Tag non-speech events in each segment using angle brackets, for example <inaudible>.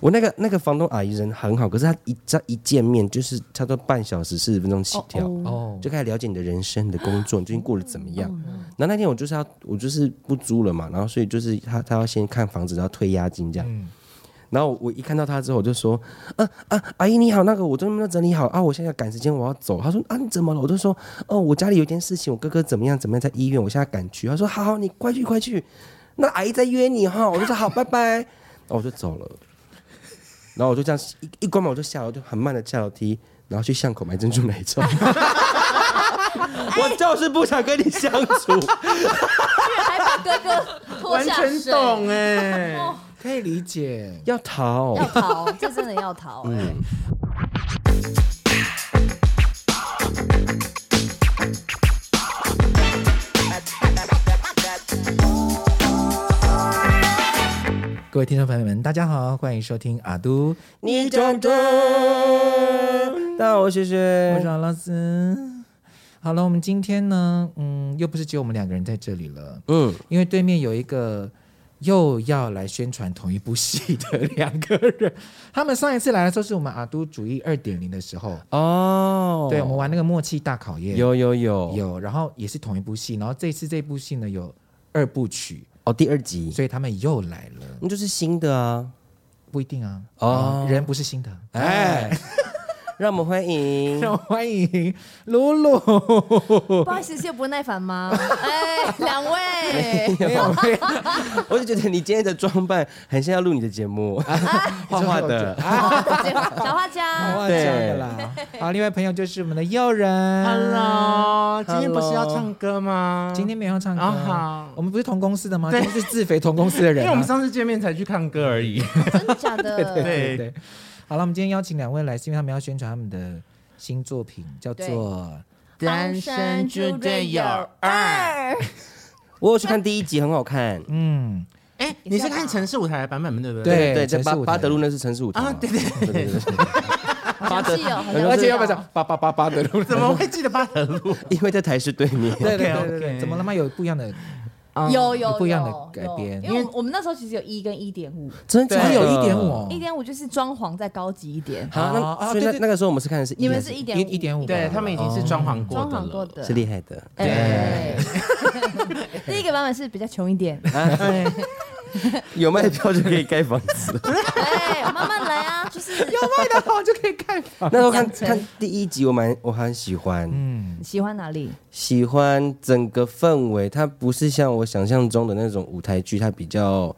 我那个那个房东阿姨人很好，可是她一只要一见面就是差不多半小时四十分钟起跳，哦，就开始了解你的人生、你的工作，你最近过得怎么样。嗯然后那天我就是要我就是不租了嘛，然后所以就是他他要先看房子，然后退押金这样。嗯，然后我一看到他之后，我就说：“啊啊，阿姨你好，那个我这边都整理好啊，我现在要赶时间，我要走。”他说：“啊，你怎么了？”我就说：“哦，我家里有件事情，我哥哥怎么样怎么样，在医院，我现在赶去。”他说：“好好，你快去快去。”那阿姨在约你哈，我就说好，拜拜。然后我就走了，然后我就这样一一关门我就下楼，就很慢的下楼梯，然后去巷口买珍珠奶茶。 <laughs> 我就是不想跟你相处。还把哥哥拖完下全水，懂哎、哦可以理解。要逃要逃，这真的要逃哎、各位听众朋友们，大家好，欢迎收听阿都，你种种。大家好，我是我是轩。阿拉斯。好了，我们今天呢，嗯，又不是只有我们两个人在这里了，嗯，因为对面有一个又要来宣传同一部戏的两个人，他们上一次来的时候是我们阿都主义二点零的时候，哦，对我们玩那个默契大考验，有有有有，然后也是同一部戏，然后这次这部戏呢有二部曲，哦，第二集，所以他们又来了，那就是新的啊。不一定啊，哦哦，人不是新的，哎哎，，让我们欢迎让我欢迎露露。不好意思，是有不耐烦吗？哎，两位， <laughs> 没有没有，我就觉得你今天的装扮很像要录你的节 <laughs> 目，画画的。好再见小画好家，啊，对这样的啦。好，另外朋友就是我们的佑人 Hello，今天不是要唱歌吗？今天没有唱歌，啊好我们不是同公司的吗？对今天是自肥同公司的因人、啊，为我们上次见面才去唱歌而 <laughs> 已。真的假的？对对对。好了，我们今天邀请两位来，是因为他们要宣传他们的新作品，叫做……单身猪队友二，我有去看第一集，很好看。嗯，哎，你是看城市舞台的版本对不对？对对，城在巴市舞台巴德路那是城市舞台嘛啊对对 <laughs> 对对对对，好像是有，好像是而且要不要有讲八八八八的路？怎么会记得巴德路？因为在台是对面。 <laughs> 对对 OK，OK 对对对，怎么了吗？有不一样的，有有有不一样的改有编因为我们我们那时候其实有一跟一点五，真只有一点五。哦，一点五就是装潢再高级一点，好，啊那所以对那对那个时候我们是看的是你们还是一点一一点五， <laughs> 对他们已经是装潢过装的潢过了。<laughs> 的，是厉害的。哎， <laughs> 第一个版本是比较穷一点，有卖票就可以盖房子。哎，慢慢来啊，就是卖的好就可以看房。 <laughs> 那时候看养成看第一集，我蛮我很喜欢，嗯，喜欢哪里？喜欢整个氛围，它不是像我想象中的那种舞台剧，它比较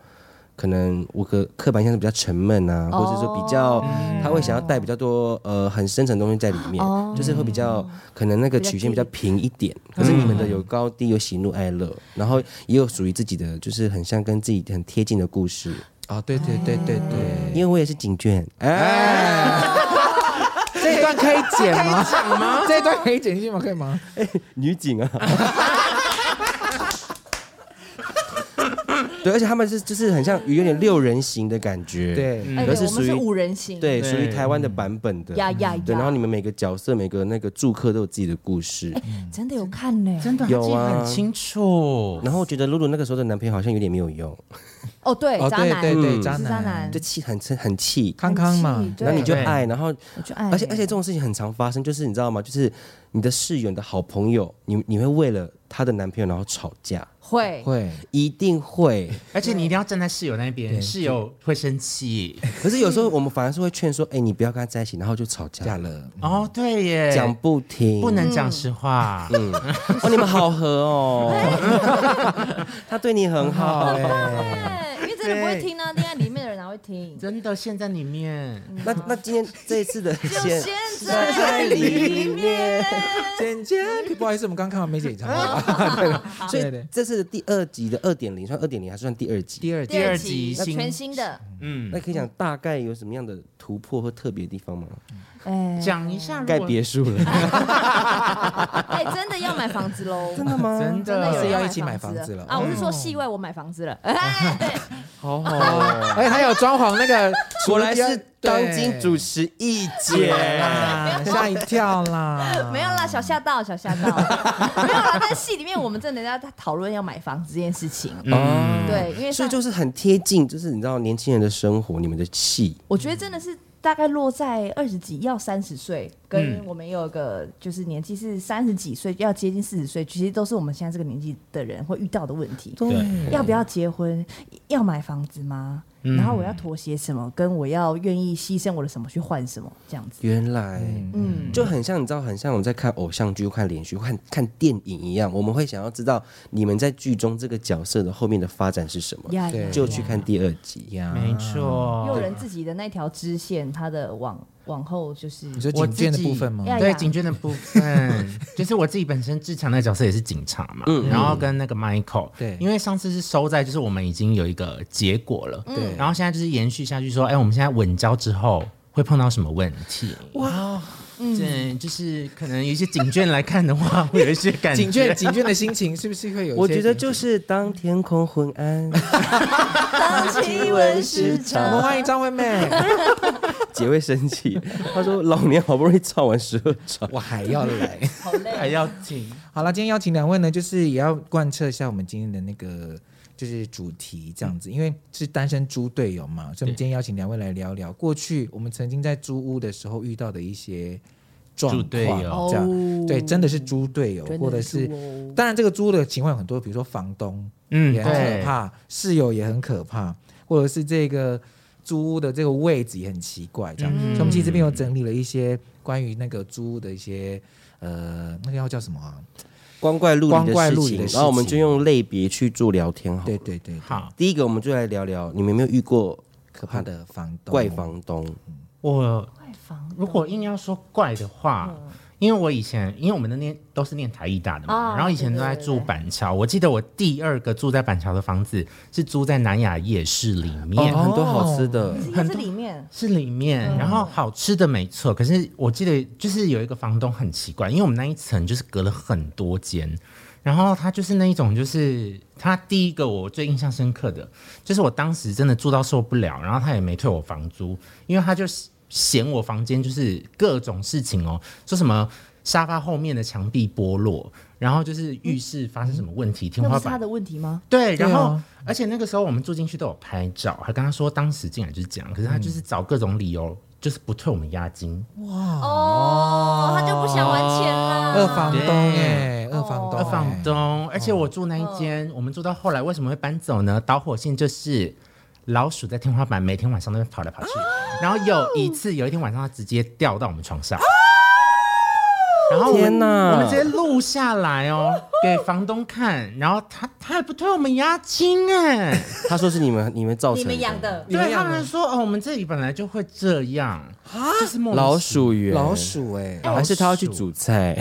可能我个刻板印象是比较沉闷啊，哦或者说比较，他会想要带比较多呃很深层的东西在里面，哦就是会比较可能那个曲线比较平一点。可是你们的有高低，有喜怒哀乐，然后也有属于自己的，就是很像跟自己很贴近的故事。哦，对对对对对，因为我也是警卷，哎，这一段可以剪吗？这一段可以剪进去吗？可以吗？女警 <laughs> 啊。对，而且他们是就是很像有点六人行的感觉，对嗯哎，可对，是我们属于是五人行，对，对属于台湾的版本的。呀呀呀！对，然后你们每个角色、每个那个住客都有自己的故事。哎真的有看呢？真的有记得啊很清楚。然后我觉得露露那个时候的男朋友好像有点没有用，哦，对，哦，渣对男，对对，嗯渣是渣男，就气很很很气，康康嘛很气，对然后你就对爱，然后我哎就爱，而且而且这种事情很常发生，就是你知道吗？就是你的室友、你的好朋友，你你会为了她的男朋友然后吵架，会会一定会。而且你一定要站在室友那边，室友会生气。可是有时候我们反而是会劝说，哎，你不要跟他在一起，然后就吵假架，了，哦，对耶，讲不听，不能讲实话。嗯，哦，你们好合哦，他对你很好。好哦哎，对，因为真的不会听啊，恋爱里面的人哪会听？真的，陷在里面，那那今天这一次的就先现在里面，简简，不好意思，我们刚看完梅姐演唱 <laughs> 会，对了所对以对，这是第二集的二点零，算二点零还是算第二集？第二集第二集新全新的，嗯那，可以讲大概有什么样的突破或特别的地方吗？哎，讲一下如盖果别墅 <laughs> 了，哎，真的要买房子喽，真的吗真真的有的是人要一起买房房子了啊！我是说哦戏外我买房子了，哎，好好哦。而且他有装潢那个除果了然第二是当今主持一姐，啊，吓一跳啦！ <laughs> 没有啦，小吓到，小吓到，没有啦。但戏里面我们真的在讨论要买房子这件事情，哦，对，因为所以上就是很贴近，就是你知道年轻人的生活，你们的戏，我觉得真的是大概落在二十几要三十岁，跟嗯我们有一个就是年纪是三十几岁要接近四十岁，其实都是我们现在这个年纪的人会遇到的问题。对要不要结婚？要买房子吗？然后我要妥协什么？跟我要愿意牺牲我的什么去换什么？这样子，原来。嗯，就很像你知道，很像我们在看偶像剧、看连续、看看电影一样，我们会想要知道你们在剧中这个角色的后面的发展是什么，呀对呀就去看第二集。呀没错，诱人自己的那条支线，它的往往后就是你说我警自己卷的部分吗？呀对警卷的部分， <laughs> 嗯就是我自己本身志强的角色也是警察嘛，然后跟那个 Michael，对因为上次是收在就是我们已经有一个结果了，对然后现在就是延续下去说，哎，我们现在稳交之后会碰到什么问题？哇，对，就是可能有一些警卷来看的话，会有一些 <laughs> 感觉。警卷警卷的心情是不是会有一些？我觉得就是当天空昏暗，当亲吻时我们长，欢迎张惠妹，姐会生气。她说：“老娘好不容易唱完十二场，我还要来。好还累。哦要警，好了，今天邀请两位呢，就是也要贯彻一下我们今天的那个就是主题这嗯样子，因为是单身猪队友嘛，所以我们今天邀请两位来聊聊过去我们曾经在租屋的时候遇到的一些状况，猪队友这哦样对，真的是猪队友，真的是或者是猪哦当然这个租的情况有很多，比如说房东嗯，也很可对，怕，室友也很可怕，或者是这个租屋的这个位置也很奇怪，这样。嗯所以我们其实这边有整理了一些关于那个租屋的一些呃，那个要叫什么啊？光怪陆离光怪的事陆离的情。事情然后我们就用类别去做聊天好。对，对对，对哦好，第一个我们就来聊聊，你们有没有遇过可怕的房东怪房东？我快房如果硬要说怪的话，因为我以前因为我们的念都是念台艺大的嘛，啊然后以前都在住板桥。我记得我第二个住在板桥的房子是租在南雅夜市里面，哦很多好吃的，是这里面是里面，嗯然后好吃的没错。可是我记得就是有一个房东很奇怪，因为我们那一层就是隔了很多间，然后他就是那一种，就是他第一个我最印象深刻的，就是我当时真的住到受不了，然后他也没退我房租，因为他就是嫌我房间就是各种事情哦，说什么沙发后面的墙壁剥落，然后就是浴室发生什么问题，天那花不是板他的问题吗？对，然后、对啊而且那个时候我们住进去都有拍照，还跟他说当时进来就是这样，可是他就是找各种理由，就是不退我们押金。哦，他就不想还钱哦啦。二房东对哦哎，二房东，二房，东，而且我住那一间，我们住到后来为什么会搬走呢？导火线就是老鼠在天花板每天晚上都会跑来跑去，然后有一次有一天晚上它直接掉到我们床上。然后我天们哪我们直接录下来哦，给房东看，然后他他还不退我们押金哎、他说是你们你们造成你们养的，你们对他养的们说哦，我们这里本来就会这样，就是莫名老其妙鼠园，老鼠哎，还是他要去煮菜？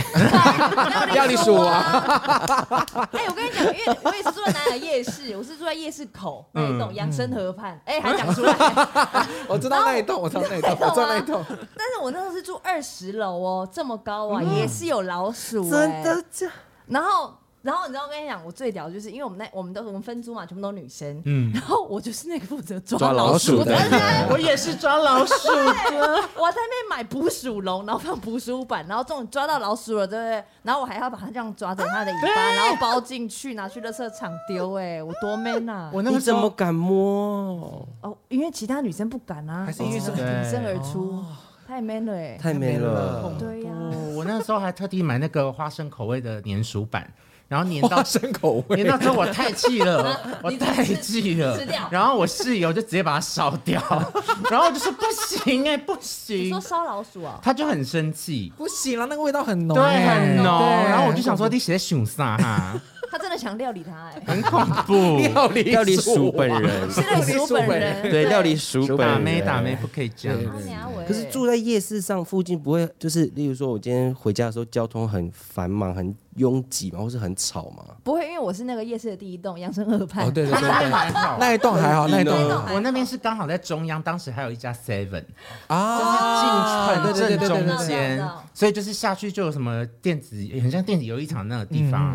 要你数啊啊！哦哎，我跟你讲，因为我也是住在南雅夜市，我是住在夜市口嗯那一栋养生河畔，哎，还讲出来。 <laughs> 我知道那一栋，我知道那 <laughs> 一 <laughs> 栋，我知道那一栋，啊但是我那时候是住二十楼哦，这么高啊，也是有老鼠，嗯真欸的。假？然后，然后你知道我跟你讲，我最屌就是因为我们那我们都我们分租嘛，全部都女生，嗯然后我就是那个负责抓抓老鼠的的人。 <laughs> 我也是抓老鼠 <laughs> 的，我在那边买捕鼠笼，然后放捕鼠板，然后终于抓到老鼠了，对不对？然后我还要把它这样抓着它的尾巴，然后包进去，拿去垃圾场丢。哎，我多 man 啊！我那你个时怎候么敢摸？哦，因为其他女生不敢啊，还是因为我只是能挺身而出，太 man 了哎。太美了。对呀，哦我那时候还特地买那个花生口味的粘鼠板，然后粘花到生口味，粘到之后我太气了，我太气了吃掉，然后我室友就直接把它烧掉， <laughs> 然后我就说不行哎，不你说行，烧老鼠啊？他就很生气。不行了，那个味道很浓对，欸，很浓。对然后我 <laughs> 就想说，你写在熊啥哈？他真的想料理他哎， <laughs> 很恐 <laughs> 怖。料理料理鼠本 <laughs> 人，料理鼠本人 <laughs> 对，料理鼠本人。打妹打妹不可以这样对。阿娘喂可是住在夜市上附近不会，就是例如说，我今天回家的时候交通很繁忙、很拥挤嘛，或是很吵 <laughs> 嘛。不会，因为我是那个夜市的第一栋养生河畔。哦， <laughs> 对对对对，还好那一栋还好，那一栋那一栋我那边是刚好在中央，当时还有一家 Seven，啊，进很对对对正对中对对知道知间道，所以就是下去就有什么电子，很像电子游艺场那个地方。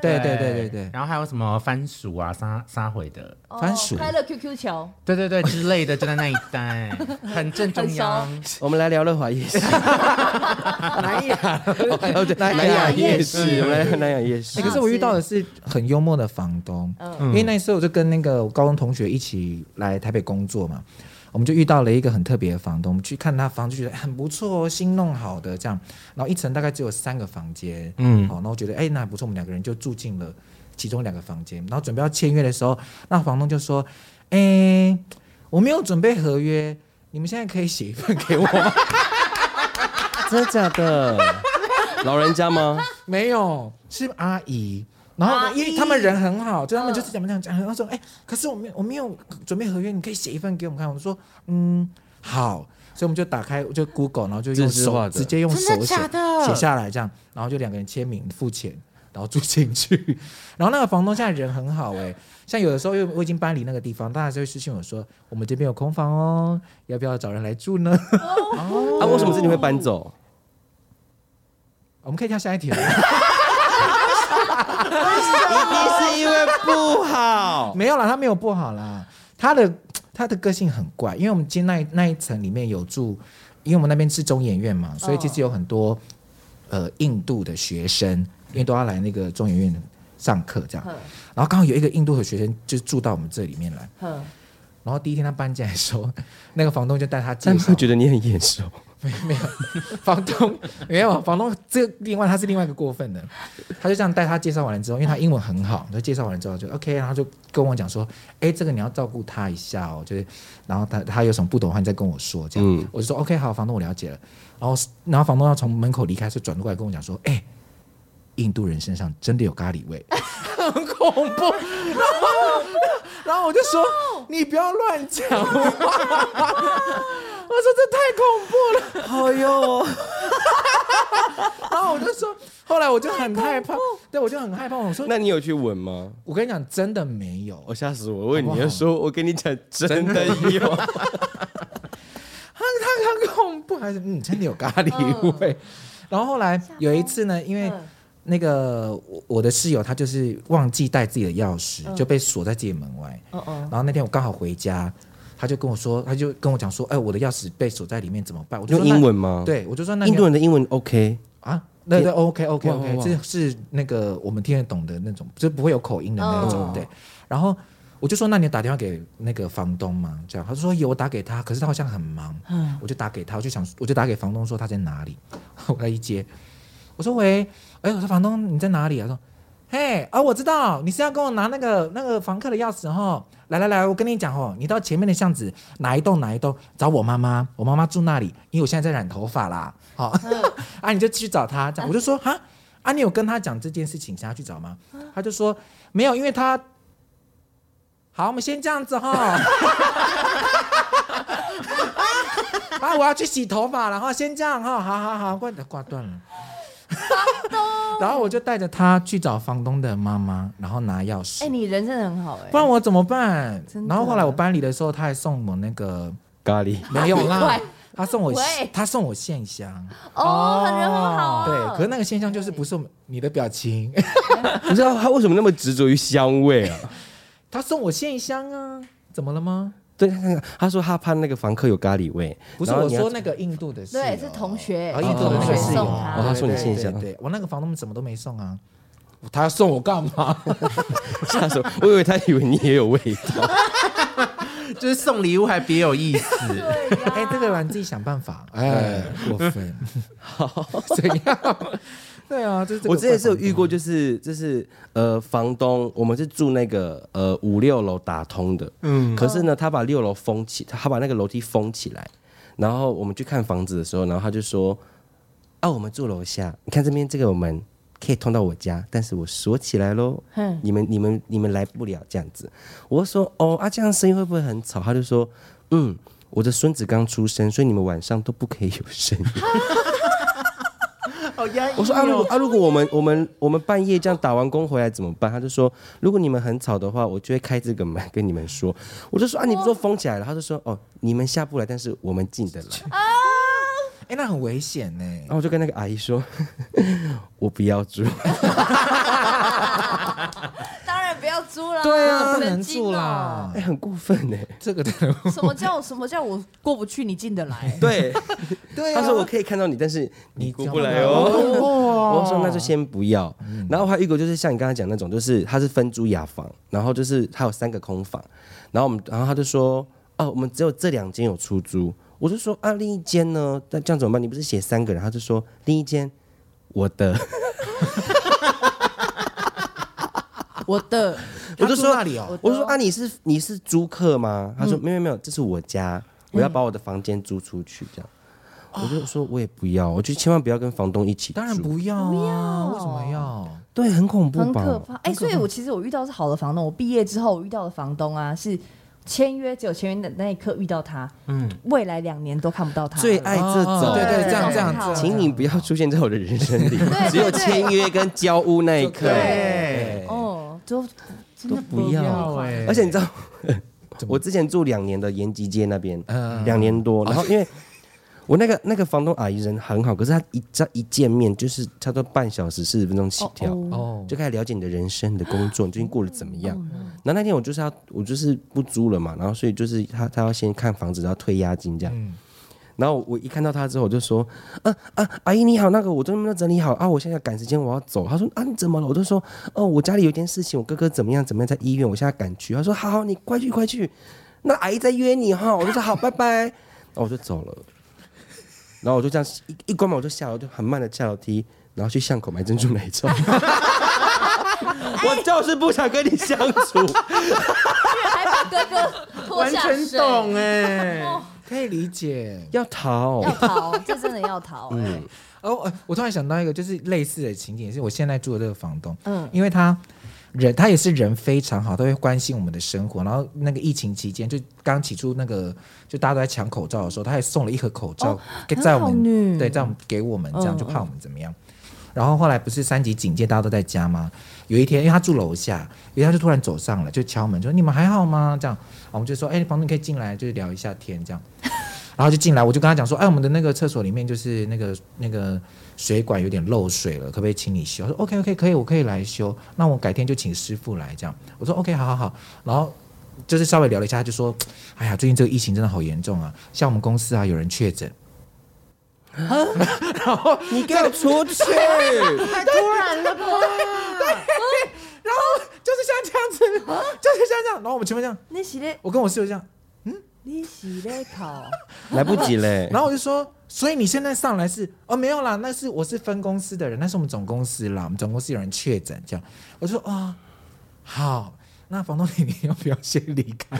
对对对对对，然后还有什么番薯啊、沙沙回的，哦番薯快乐 QQ 桥，对对对之类的，就在那一 <laughs> 带，很正中央。我们来聊乐华夜 <laughs> 市，南雅。哦对，南雅雅夜夜市，市我们来聊南雅夜市欸可。是我遇到的是很幽默的房东，嗯因为那时候我就跟那个我高中同学一起来台北工作嘛，我们就遇到了一个很特别的房东，我们去看他房就觉得哎很不错哦，新弄好的这样，然后一层大概只有三个房间，嗯，好，那我觉得哎、那还不错，我们两个人就住进了其中两个房间，然后准备要签约的时候，那房东就说，哎、我没有准备合约，你们现在可以写一份给我吗？真的假 <laughs> 的？老人家吗？没有，是阿姨。然后阿呢，姨因为他们人很好，就他嗯们就是怎么样讲，然后说，哎、可是我没有我没有准备合约，你可以写一份给我们看。我们说，嗯，好，所以我们就打开就 Google，然后就用自制化手的直接用手真的写假的写下来，这样，然后就两个人签名付钱，然后住进去。 <laughs> 然后那个房东现在人很好哎、像有的时候因为我已经搬离那个地方，大家就会私信我说，我们这边有空房哦，要不要找人来住呢？ <laughs> 啊，为什么是你会搬走？我们可以跳下一题了。一定是因为不好。没有啦，他没有不好啦，他的他的个性很怪，因为我们今天那一那一层里面有住，因为我们那边是中研院嘛，所以其实有很多、呃印度的学生，因为都要来那个中研院上课这样，呵然后刚好有一个印度的学生就住到我们这里面来，呵，然后第一天他搬进来的时候，那个房东就带他 <laughs> 但介不绍会，觉得你很眼熟？房东没有，房东这另外他是另外一个过分的，他就这样带他介绍完了之后，因为他英文很好，就介绍完了之后就 OK，然后就跟我讲说，哎，这个你要照顾他一下哦，就是，然后他他有什么不懂的话你再跟我说，这样，嗯我就说 OK 好，房东我了解了，然后然后房东要从门口离开的时候，就转过来跟我讲说，哎，印度人身上真的有咖 <laughs> 喱味，很恐怖，然后然后我就说你不要乱讲话，我 <laughs> 说这太恐怖了，哎呦， <laughs> 然后我就说，后来我就很害怕，对我就很害怕。我说，那你有去闻吗？我跟你讲，真的没有。我吓死我！我以为你好不好要说，我跟你讲，真的 <laughs> 有。他他很恐怖，还是嗯，真的有咖喱味。嗯然后后来有一次呢，因为嗯那个我我的室友他就是忘记带自己的钥嗯匙，就被锁在自己的门外。哦哦然，后那天我刚好回家，他就跟我说，他就跟我讲说，哎，我的钥匙被锁在里面怎么办？我就用说那英，文吗？，对我就说那你印要度人的英文 OK。啊，对对，OK OK 哇哇 OK，哇这是那个我们听得懂的那种，就不会有口音的那种，嗯对。然后我就说，那你有打电话给那个房东吗？这样，他就说有，我打给他，可是他好像很忙，我就打给他，我就想，我就打给房东说他在哪里，我来一接，我说喂，哎，我说房东你在哪里啊？他说。嘿，啊，我知道你是要跟我拿那个那个房客的钥匙哦。来来来，我跟你讲哦，你到前面的巷子哪一栋哪一栋找我妈妈，我妈妈住那里，因为我现在在染头发啦。好、啊，你就去找他。这样我就说哈，啊，你有跟他讲这件事情，想要去找吗？啊他就说没有，因为他好，我们先这样子哈。 <laughs> 啊，我要去洗头发了哈，先这样哈，好好好，挂挂断了。 <laughs> 然后我就带着他去找房东的妈妈，然后拿钥匙，哎，你人真的很好哎，不然我怎么办真？的然后后来我搬离的时候，他还送我那个咖 <laughs> 喱，没有啦喂，他送我喂他送我线香，哦，他人很好对啊，，可是那个现象就是不是我们你的表情， <laughs> 你知道他为什么那么执着于香味啊？他送我线香啊，怎么了吗？ <laughs> 对，他说他怕那个房客有咖喱味，不是然后我你要说那个印度的室友，对是同学啊，印度的那同学个室友送他哦他送你线香对对对对我那个房东什么都没送啊，他要送我干嘛？吓 <laughs> 死我！我以为他以为你也有味道。就是送礼物还别有意 <laughs> 思。<laughs> 哎，这个啦，你自己想办 <laughs> 法，哎，过分，好， <laughs> 怎样？对啊，就是这个我之前是有遇过，怪就是就是呃，房东，我们是住那个呃五六楼打通的，嗯，可是呢，他把六楼封起，他把那个楼梯封起来，然后我们去看房子的时候，然后他就说，啊，我们住楼下，你看这边这个门可以通到我家，但是我锁起来喽，嗯你们你们你们来不了这样子。我就说哦啊，这样声音会不会很吵？他就说，嗯，我的孙子刚出生，所以你们晚上都不可以有声音。 <laughs> 好压抑我说啊，如果啊，如果我们我们我们半夜这样打完工回来怎么办？他就说，如果你们很吵的话，我就会开这个门跟你们说。我就说啊，你不是说封起来了？他就说哦，你们下不来，但是我们进得来。风哎，那很危险呢 <laughs> 然。后我就跟那个阿姨说，我不要住。当然不要租啦，对啊，好不能神经住哦啦。，哎、很过分哎、这个真的什么叫什么叫我过不去，你进得来？对，对啊，他说我可以看到你，但是你过不来哦。嗯我说那就先不要。然后还有一个就是像你刚才讲那种，就是他是分租雅房，然后就是他有三个空房，然后我们然后他就说哦，我们只有这两间有出租。我就说啊，另一间呢？那这样怎么办？你不是写三个人？他就说另一间我的， <laughs> 我的我就说他住那里哦，我就说啊，你是你是租客吗？他说、没有没有，这是我家，我要把我的房间租出去这样。我就说我也不要，我就千万不要跟房东一起住。当然不要不啊，要为什么要？对，很恐怖很吧？可怕。哎、所以我其实我遇到是好的房东，我毕业之后我遇到的房东啊是。签约只有签约的那一刻遇到他，嗯，未来两年都看不到他了。最爱这种，哦对对对，这样这样，很这好样请你不要出现在我的人生里，对只有签约跟交屋那一刻。对，哦，就都不要欸哎而且你知道， <laughs> 我之前住两年的延吉街那边，嗯两年多，然后因为。我那个那个房东阿姨人很好，可是她一只要一见面就是差不多半小时四十分钟起跳，哦，就开始了解你的人生、你的工作，你最近过得怎么样。然后那天我就是要我就是不租了嘛，然后所以就是他他要先看房子，然后退押金这样。然后我一看到他之后，我就说：“啊啊，阿姨你好，那个我这边都整理好啊，我现在要赶时间，我要走。”他说：“啊，你怎么了？”我就说：“哦，我家里有件事情，我哥哥怎么样怎么样，在医院，我现在赶去。”他说：“好好，你快去快去，那阿姨再约你哈。”我就说：“好， <laughs> 拜拜。”然后我就走了。然后我就这样一一关门，我就下楼，就很慢的下楼梯，然后去巷口买珍珠奶茶。 <laughs> 我就是不想跟你相处，还把哥哥拖完下全水懂 <laughs> 哎、哦可以理解。 <laughs> 要逃要。逃，哦这真的要逃。嗯，哦，呃我突然想到一个，就是类似的情景，也是我现在住的这个房东，嗯因为他人他也是人非常好，他会关心我们的生活。然后那个疫情期间，就刚起初那个就大家都在抢口罩的时候，他还送了一盒口罩给、哦很在好我们呢对在我们给我们，这样嗯就怕我们怎么样。然后后来不是三级警戒，大家都在家吗？有一天，因为他住楼下，有一天他就突然走上来，就敲门说：“你们还好吗？”这样，我们就说：“哎、房东你可以进来，就是聊一下天这样。” <laughs> 然后就进来，我就跟他讲说：“哎，我们的那个厕所里面就是那个那个水管有点漏水了，可不可以请你修？”他说：“OK OK，可以，我可以来修。那我改天就请师傅来这样。”我说：“OK，好好好。”然后就是稍微聊了一下，他就说：“哎呀，最近这个疫情真的好严重啊，像我们公司啊有人确诊。”你给我出去！太突然了吧！然后就是像这样子，就是像这样，然后我们全部这样，你洗嘞，我跟我室友这样，你洗嘞考， <laughs> 来不及 <laughs> 嘞。然后我就说，所以你现在上来是哦没有啦，那是我是分公司的人，那是我们总公司啦，我们总公司有人确诊这样，我就说啊、哦好，那房东你你要不要先离开？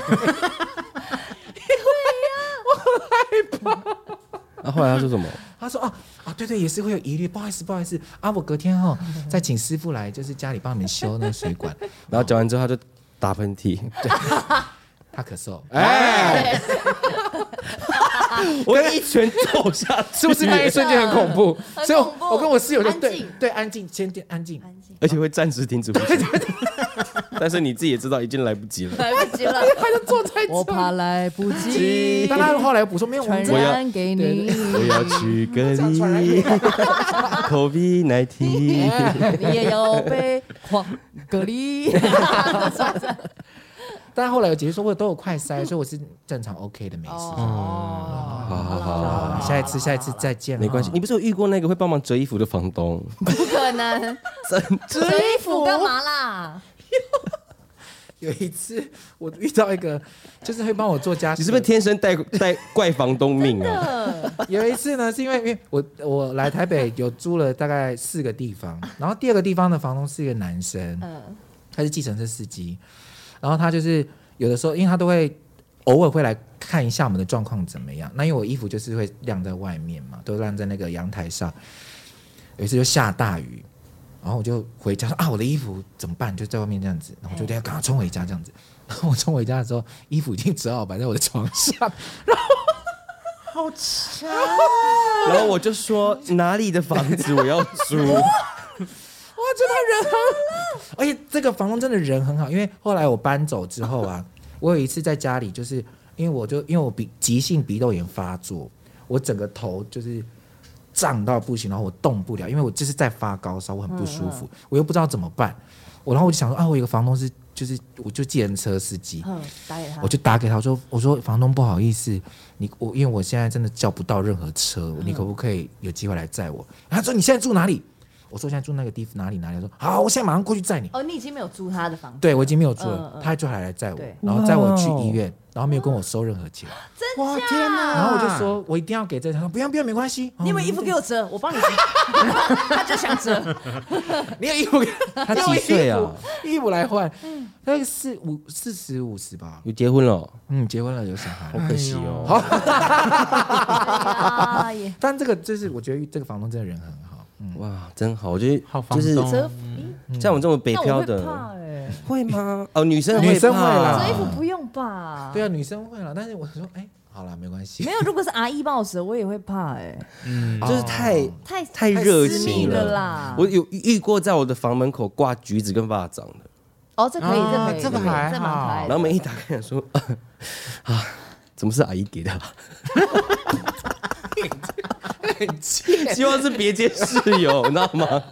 啊，后来他说什么？他说：“哦，啊，对对，也是会有疑虑，不好意思，不好意思啊，我隔天哦再请师傅来，就是家里帮你们修那个水管。然后讲完之后他就打喷 <laughs> 嚏。他咳嗽，哎，我一拳揍下去，是不是那一瞬间很恐怖？很所以我恐怖我跟我室友就安对静对安静，先点安静。安静，而且会暂时停止呼吸。但是你自己也知道，已经来不及 <laughs> 了。 <laughs> 来不及了，他就坐在 <laughs> 我这怕儿。来不及，但他后来补充没有，我传们这要染给你，我要去隔 <laughs> 离，COVID <laughs> nineteen。你也要被黄隔 <laughs> 离。但后来有解释说我都有快塞，所以我是正常 OK 的，没事。哦，好好好，啊下一次下一次再见，没关系。。你不是有遇过那个会帮忙折衣服的房 <laughs> 东？不可能，折衣服干嘛啦？有一次我遇到一个，就是会帮我做家事，你是不是天生带带怪房东命啊？ <laughs> 有一次呢，是因为因为我我来台北有租了大概四个地方，然后第二个地方的房东是一个男生，嗯，他是计程车司机，然后他就是有的时候，因为他都会偶尔会来看一下我们的状况怎么样。那因为我衣服就是会晾在外面嘛，都晾在那个阳台上。有一次就下大雨，然后我就回家说啊，我的衣服怎么办？就在外面这样子，然后我就要赶快冲回家这样子。然后我冲回家的时候，衣服已经折好摆在我的床上，然后我就说哪里的房子我要 <laughs> 租。哇，真的人很，而且这个房东真的人很好，因为后来我搬走之后啊，我有一次在家里，就是因为我就因为我鼻急性鼻窦炎发作，我整个头就是胀到不行，然后我动不了，因为我就是在发高烧，我很不舒服，我又不知道怎么办。我然后我就想说啊，我有个房东是就是我就计程车司机，嗯，打给他，我就打给他，我说我说房东不好意思，你我因为我现在真的叫不到任何车，嗯你可不可以有机会来载我？他说你现在住哪里？我说我现在住那个地哪里哪里。他说好，我现在马上过去载你。哦，你已经没有租他的房子，对，我已经没有住嗯嗯了，嗯他就还来载我对，然后载我去哇哦医院，然后没有跟我收任何钱，哇天哪！然后我就说我一定要给这个，他说不用不用，没关系，你有没有衣服给我折？我帮你折，他就想折，哦你有衣服给， <laughs> 他几岁啊？衣服来换，嗯大概四五四十五十吧，有结婚了哦，嗯，结婚了有小孩好，可惜哦。好，哎呀，但这个就是我觉得这个房东真的人很好，嗯，哇，真好，我觉得好就房是东折哦，像我们这种北那我漂会的，怕哎，会吗？哦，女生女生怕会啦折衣服不用吧？对啊，女生会了，但是我说哎，好了，没关系没，有，如果是阿姨帮我折，我也会怕哎，嗯，就是太哦太太太热私情密了了。啦。我有遇过在我的房门口挂橘子跟巴掌的，哦，这可以，这啊可以，这个可以还这蛮可好爱然后的。门一打开想说 <laughs> 啊，怎么是阿姨给的啊？ <laughs> 希望是别间室友，你知道吗？哦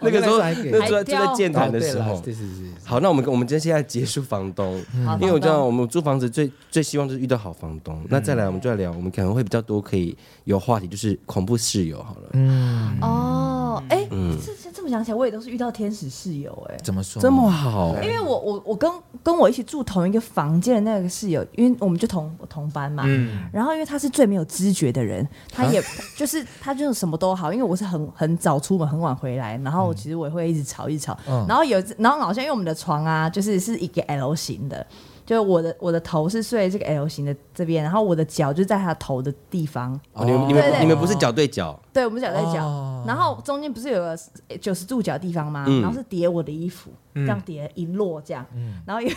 那个时候，还给那时候就在健谈哦的对时啦候。对是是是，好，那我们跟我们今天现在结束房东，好因为我知房道东我们租房子最最希望就是遇到好房东。那再来我们就来聊，我们可能会比较多可以有话题，就是恐怖室友好了。嗯，哦，哎，这这么想起来，我也都是遇到天使室友哎。怎么说？这么好，因为我我我跟跟我一起住同一个房间的那个室友，因为我们就同同班嘛，嗯然后因为他是最没有知觉的人，他也、就是他就是什么都好，因为我是很很早出门很晚回来，然后其实我也会一直吵一直吵，嗯然后有一次然后好像因为我们的床啊就是是一个 L 型的。就是我的我的头是睡这个 L 型的这边，然后我的脚就在他头的地方，哦你们你对们对你们不是脚对脚，对我们脚在脚，哦然后中间不是有个呃九十度角的地方吗？嗯然后是叠我的衣服，这样叠一摞这样，然后因为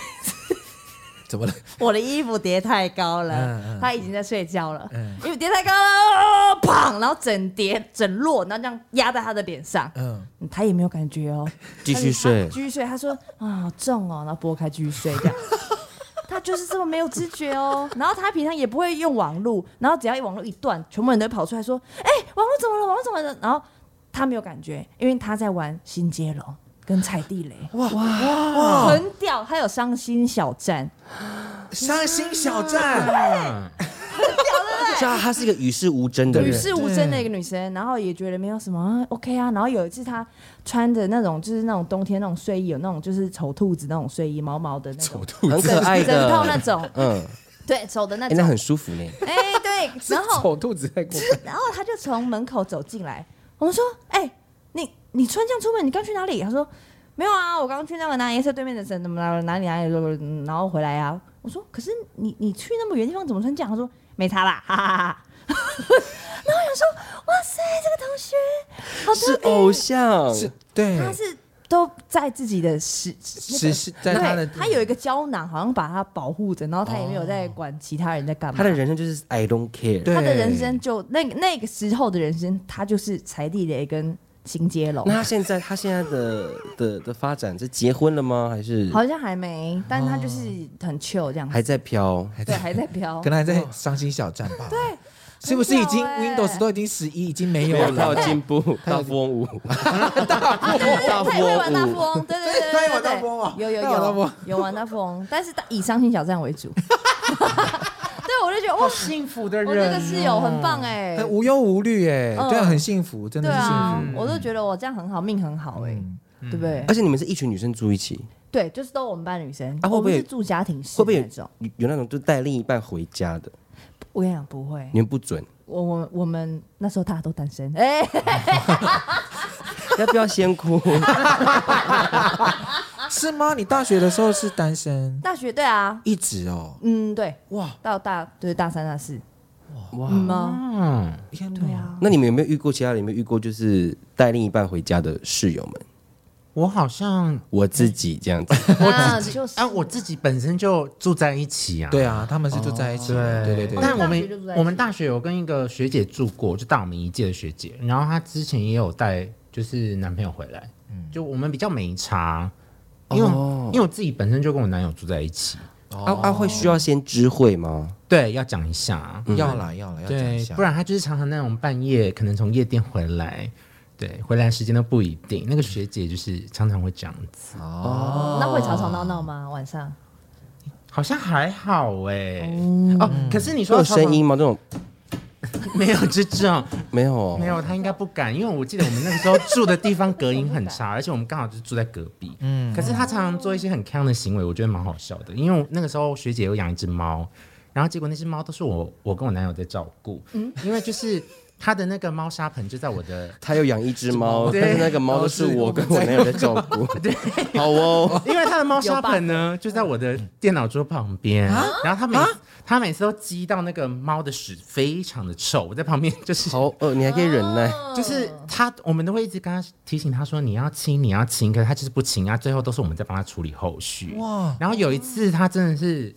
怎么了？我的衣服叠太高了，嗯嗯他已经在睡觉了，嗯衣服叠太高了，砰，然后整叠整摞，然后这样压在他的脸上，嗯，他也没有感觉哦，继续睡他就继续睡。他说啊，好重哦，然后拨开继续睡这样。 <laughs> 他就是这么没有知觉哦，然后他平常也不会用网络，然后只要一网络一断，全部人都会跑出来说：“哎、网络怎么了？网络怎么了？”然后他没有感觉，因为他在玩新接龙跟踩地雷，哇哇，很屌！他有伤心小站，伤心小站，嗯知道她是一个与世无争的与人，世无争的一个女生，然后也觉得没有什么啊 OK 啊。然后有一次她穿的那种就是那种冬天那种睡衣，有那种就是丑兔子那种睡衣，毛毛的那种，很可爱整套那的，种，嗯，对，丑的那哎，那种。很舒服呢。哎、 <laughs> 对，然后丑兔子在过分， <laughs> 然后她就从门口走进来，我们说，哎、你你穿这样出门，你刚去哪里？她说没有啊，我刚去那个哪颜色对面的城怎么哪哪里哪里，嗯然后回来啊。我说，可是你你去那么远地方怎么穿这样？她说没差啦，哈哈哈哈。然后我想说，哇塞，这个同学好是特别偶像，是，对，他是都在自己的时实是在他的对，他有一个胶囊，好像把他保护着，然后他也没有在管其他人在干嘛。她的人生就是 I don't care。对他的人生就那那个时候的人生，他就是踩地雷跟行接龙那，她现在她现在的的的发展是结婚了吗？还是好像还没，但是他就是很 chill 这样子，还在飘？对，还在飘可。能还在伤心小站吧？对，是不是已经很屌欸 Windows 都已经十一，已经没没有有到了？进步，到富翁五，大富他也 <laughs> 会玩大富翁五，翁，对对对对他也对玩大对富翁啊有有他也玩大富有翁有玩大富翁，但是他以伤心小站为主。对，我就觉得哇，幸福的我那个室友很棒哎，嗯很无忧无虑哎，嗯对啊，很幸福，真的对是幸啊福。，我都觉得我这样很好，命很好哎、对不对？而且你们是一群女生住一起，对，就是都我们班女生，嗯啊会不会我们是住家庭式会不会那有种？有有那种就带另一半回家的？我跟你讲，不会，你们不准，我我我们那时候大家都单身，哎、要不要先哭？啊是吗？你大学的时候是单身，大学对啊，一直哦，嗯，对，哇，到大对大三大四，哇嗯吗？嗯，天对哪！啊， <laughs> 那你们有没有遇过其他人？有没有遇过就是带另一半回家的室友们？我好像我自己这样子，我就是啊，我自己本身就住在一起啊，对啊，他们是住哦在一起的，对对对。但哦我我们大学就住在们一起我们大学有跟一个学姐住过，就大我们一届的学姐，然后她之前也有带就是男朋友回来，嗯就我们比较没差，因为我、哦因为我自己本身就跟我男友住在一起，啊啊，会需要先知会吗？对，要讲一下，嗯要啦要啦，要讲一对，下，不然她就是常常那种半夜可能从夜店回来，对，回来时间都不一定。那个学姐就是常常会这样子，哦那会吵吵闹闹吗？晚上？好像还好哎、嗯哦，可是你会说有的声音吗？这种没有这种？没有哦，没有，他应该不敢，因为我记得我们那个时候住的地方隔音很差，而且我们刚好就是住在隔壁。嗯，可是他常常做一些很 can 的行为，我觉得蛮好笑的。因为我那个时候学姐有养一只猫，然后结果那只猫都是我我跟我男友在照顾，因为就是他的那个猫砂盆就在我的他有养一只猫，对但是那个猫都是我跟我男友在照顾。对，好哦，因为他的猫砂盆呢就在我的电脑桌旁边，然后他每他每次都积到那个猫的屎，非常的臭，我在旁边就是好饿，你还可以忍耐。就是他，我们都会一直跟他提醒他说你要亲，你要亲，可是他就是不亲啊，最后都是我们在帮他处理后续。哇！然后有一次他真的是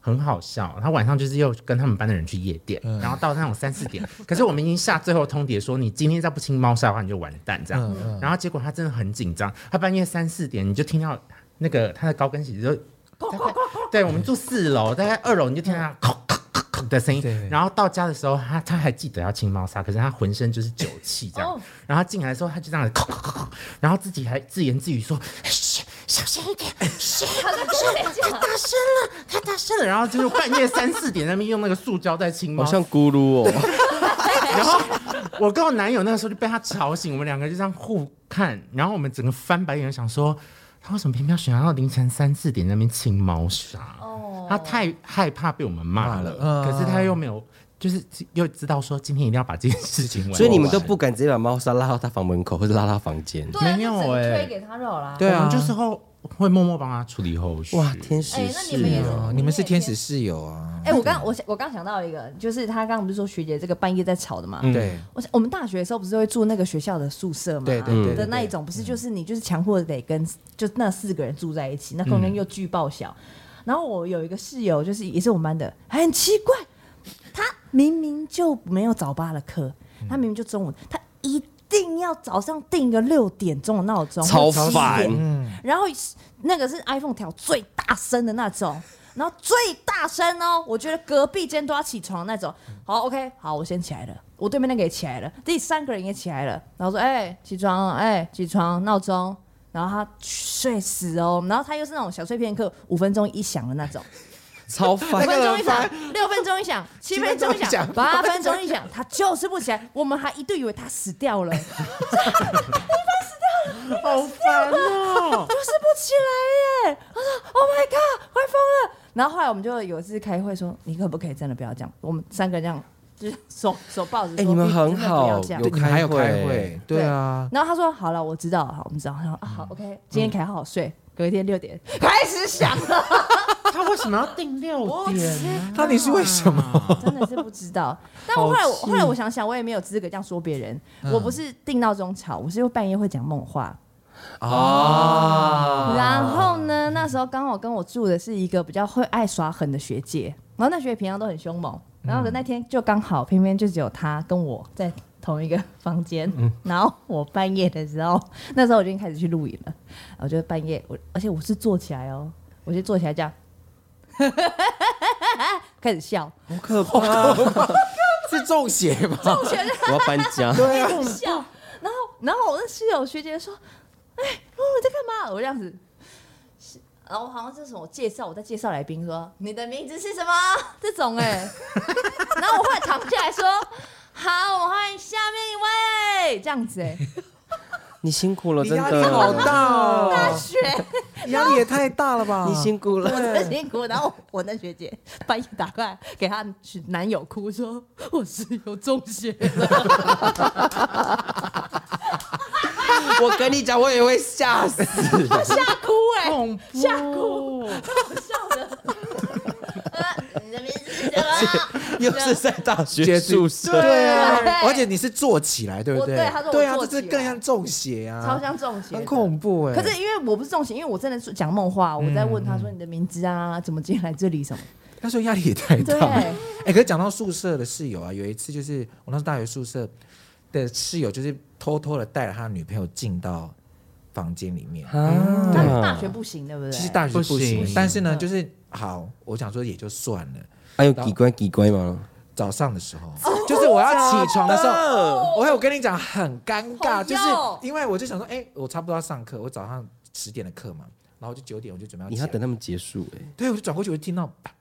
很好笑，他晚上就是又跟他们班的人去夜店，然后到那种三四点，可是我们已经下最后通牒说你今天再不亲猫砂的话你就完蛋啊这样。嗯然后结果他真的很紧张，他半夜三四点你就听到那个他的高跟鞋就。大概对，我们住四楼，大概二楼你就听到它咔咔咔咔的声音对。然后到家的时候，他他还记得要清猫砂，可是他浑身就是酒气这样哦。然后他进来的时候，他就这样子咔咔咔咔，然后自己还自言自语说：“嘘，小声一点，嘘，他在跟谁讲？大声了，太大声了。”然后就是半夜三四点在那边用那个塑胶在清猫好。像咕噜哦， <laughs> 然后 <laughs> 我跟我男友那个时候就被他吵醒，我们两个就这样互看，然后我们整个翻白眼想说。他为什么偏偏要选到凌晨三四点在那边清猫砂？哦他太害怕被我们骂了，骂了可是他又没有，就是又知道说今天一定要把这件事情完。所以你们都不敢直接把猫砂拉到他房门口，或者拉到房间。对啊，没有就整个推欸给他绕啦。对我啊们，就是后会默默帮他处理后续。哇，天使哎，那你是们也是哦，你们是天使。室友啊，哎，我嗯刚我我刚想到一个，就是他刚刚不是说学姐这个半夜在吵的嘛？对我我们大学的时候不是会住那个学校的宿舍嘛？对对对的那一种，不是就是你就是强迫得跟就那四个人住在一起，那空间又巨爆小。然后我有一个室友，就是也是我们班的，很奇怪，他明明就没有早八的课，他明明就中午，他一定要早上定个六点钟的闹钟，超或者七烦点然后那个是 iPhone 调最大声的那种，然后最大声哦，我觉得隔壁间都要起床那种。好，OK，好，我先起来了，我对面那个也起来了，第三个人也起来了，然后说：“哎、起床了，哎、起床，闹钟。”然后他睡死哦，然后他又是那种小碎片课，五分钟一响的那种，超五烦。分钟一响，六分钟一响，七分钟一响，八分钟一响，他就是不起来，我们还一度以为他死掉了，就是好烦哦、不起来耶！他说：“Oh my god，快疯了！”然后后来我们就有一次开会说：“你可不可以真的不要这样？”我们三个这样就是手手抱着说：“哎你们真的很好不要这样。有对，你们还有开会开会，对啊，然后他说：“好了，我知道了，好，我们知道。”他说：“啊，好，OK，今天凯好好睡。”隔天六点开始响了，他为什么要定六不点？知道到底是为什么？真的是不知道。但我后来我后来我想想，我也没有资格这样说别人。我不是定闹钟吵，我是半夜会讲梦话。哦，然后呢，那时候刚好跟我住的是一个比较会爱耍狠的学姐，然后那学姐平常都很凶猛，然后那天就刚好偏偏就只有她跟我在同一个房间， <laughs> 然后我半夜的时候，那时候我就已经开始去露营了，我就半夜我而且我是坐起来哦，我就坐起来这样， <laughs> 开始笑，好可怕！是中邪吧？我觉得我要搬家。很笑。然后，然后我那室友学姐说：“哎，露露在干嘛？”我这样子，然后好像是什么介绍，我在介绍来宾说：“你的名字是什么？”这种哎、 <laughs> 然后我后来躺下来说：“好，我们欢迎下面一位。”这样子哎、你辛苦了，<laughs> 你真压力好的，大哦，学压力也太大了吧？你辛苦我了。真的辛苦。然后我那学姐半夜打过来给她男友哭说：“我室友中邪了。我跟你讲，我也会吓死。”吓哭哎、恐怖！吓哭笑的。呃你的名字是什 <laughs> 么？又是在大学绝宿舍，对啊对，而且你是坐起来，对不我对他说我对啊，坐这起来是更像中邪啊，超像中邪的，很恐怖哎。可是因为我不是中邪，因为我真的是讲梦话，我在问他说你的名字啊，怎么今天来这里什么？那时候压力也太大对了。哎、可是讲到宿舍的室友啊，有一次就是我那时候大学宿舍的室友，就是偷偷的带了他的女朋友进到房间里面。啊他们大学不行，对不对？其实大学不行，不行哎但是呢，就是好，我想说也就算了。还有几乖几乖吗？早上的时候，就是我要起床的时真的候，我会我跟你讲很尴好尬，就是哟因为我就想说，哎、我差不多要上课，我早上十点的课嘛，然后我就九点我就准备要你起要来，等他们结束哎、对，我就转过去，我就听到啪，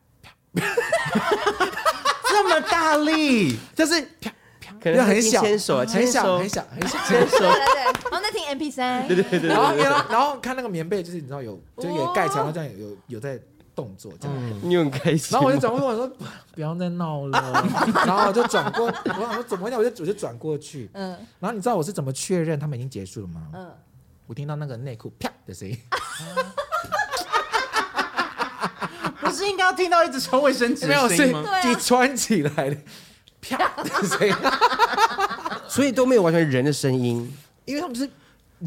这么大力，就是啪啪，可能因为会很听小，牵手啊很牵手小，很小，很小。牵手对对对，然后在听 MP 三，然后然后然后看那个棉被，就是你知道有，就也盖起来，然后这样有有有在动作这样。嗯你很开心吗，然后我就转过去，我说 <laughs> 不不要再闹了。 <laughs> 然后我就转过，我想说怎么会这样，我就我就转过去。嗯然后你知道我是怎么确认他们已经结束了吗？嗯，我听到那个内裤啪的声音，啊不是应该要听到一直抽卫生纸 <laughs> 没有的声是音吗？对啊你穿起来的啪的声音， <laughs> 所以都没有完全人的声音，因为他们就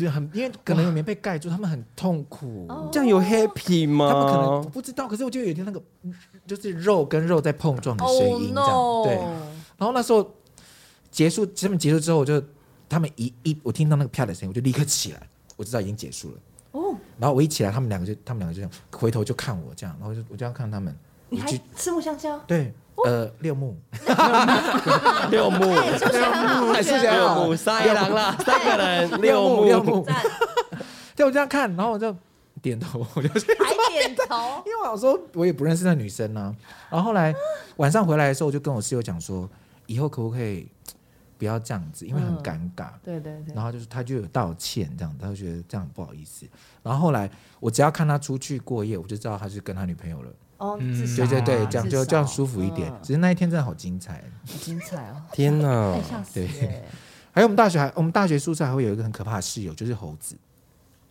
是很，因为可能有棉被盖住，他们很痛苦。哦这样有 happy 吗？他们可能我不知道，可是我就有一天那个，嗯就是肉跟肉在碰撞的声音，这样、 Oh, no 对。然后那时候结束，他们结束之后，我就他们一一我听到那个啪的声音，我就立刻起来，我知道已经结束了。哦，然后我一起来，他们两个就他们两个就这样回头就看我这样，然后我就我就这样看他们，你我还哦就四目相交，对呃六木，六幕，数学很好，数还哎 <laughs> 是这学样啊六幕，三个人啦，三个人，六幕，木六木，赞， <laughs> 对我这样看，然后我就点头，我就是还点头，因为我想说我也不认识那女生呢、然后后来晚上回来的时候，我就跟我室友讲说，以后可不可以不要这样子，因为很嗯尴尬。对对对然，后就是他就有道歉，这样他就觉得这样不好意思。然后后来我只要看他出去过夜，我就知道他是跟他女朋友了。哦，至少对对对，啊这样至就这样少舒服一点嗯。只是那一天真的好精彩。好精彩哦，天哪太！吓死了耶，还有我们大学还我们大学宿舍还会有一个很可怕的室友，就是猴子，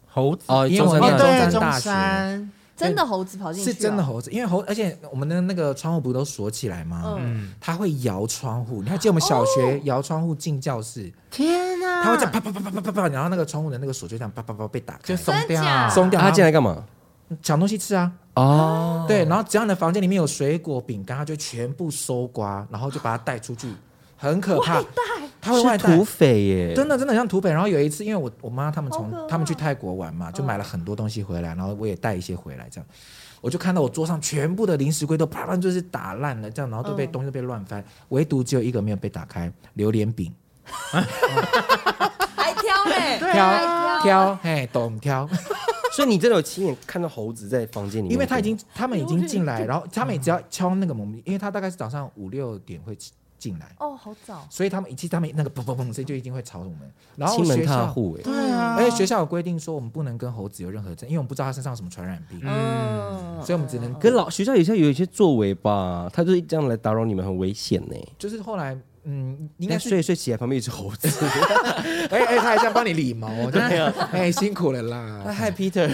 猴子哦，因为中山我大们学中山中大学山，真的猴子跑进去，啊是真的，猴子，因为猴而且我们的那个窗户不都锁起来吗？嗯，嗯，他会摇窗户，你还记得我们小学摇窗户进教室，天啊哪，他会这样啪啪啪啪啪啪啪，然后那个窗户的那个锁就这样啪啪啪被打开就，松真掉，假松掉。他然进后来干嘛？抢东西吃啊，哦，对，然后只要你的房间里面有水果、饼干，他就全部搜刮，然后就把它带出去，很可怕。他会是外土带，匪耶，真的真的很像土匪。然后有一次，因为我我妈他们好从可怕他们去泰国玩嘛，就买了很多东西回来，然后我也带一些回来，这样。我就看到我桌上全部的零食柜都啪啪就是打烂了，这样，然后都被嗯东西都被乱翻，唯独只有一个没有被打开，榴莲饼，还挑 <laughs> 嘞，对啊哎挑挑，嘿，懂挑， <laughs> 所以你真的有亲眼看到猴子在房间里面？因为他已经他们已经进榴哎来，莲然后他嗯们也只要敲那个门，因为他大概是早上五六点会进进来，哦，好早，所以他们其实他们那个砰砰砰声就一定会吵我们。然后亲门学踏校，户哎，对啊，而且学校有规定说我们不能跟猴子有任何争，因为我们不知道他身上有什么传染病，嗯，所以我们只能跟老学校有些有一些作为吧，他就是这样来打扰你们，很危险呢。哎就是后来。嗯，应应该该是睡一睡起来旁边有一只猴子，哎哎，他还这样帮你理毛， <laughs> 对啊，哎，辛苦了啦，嗨 Peter，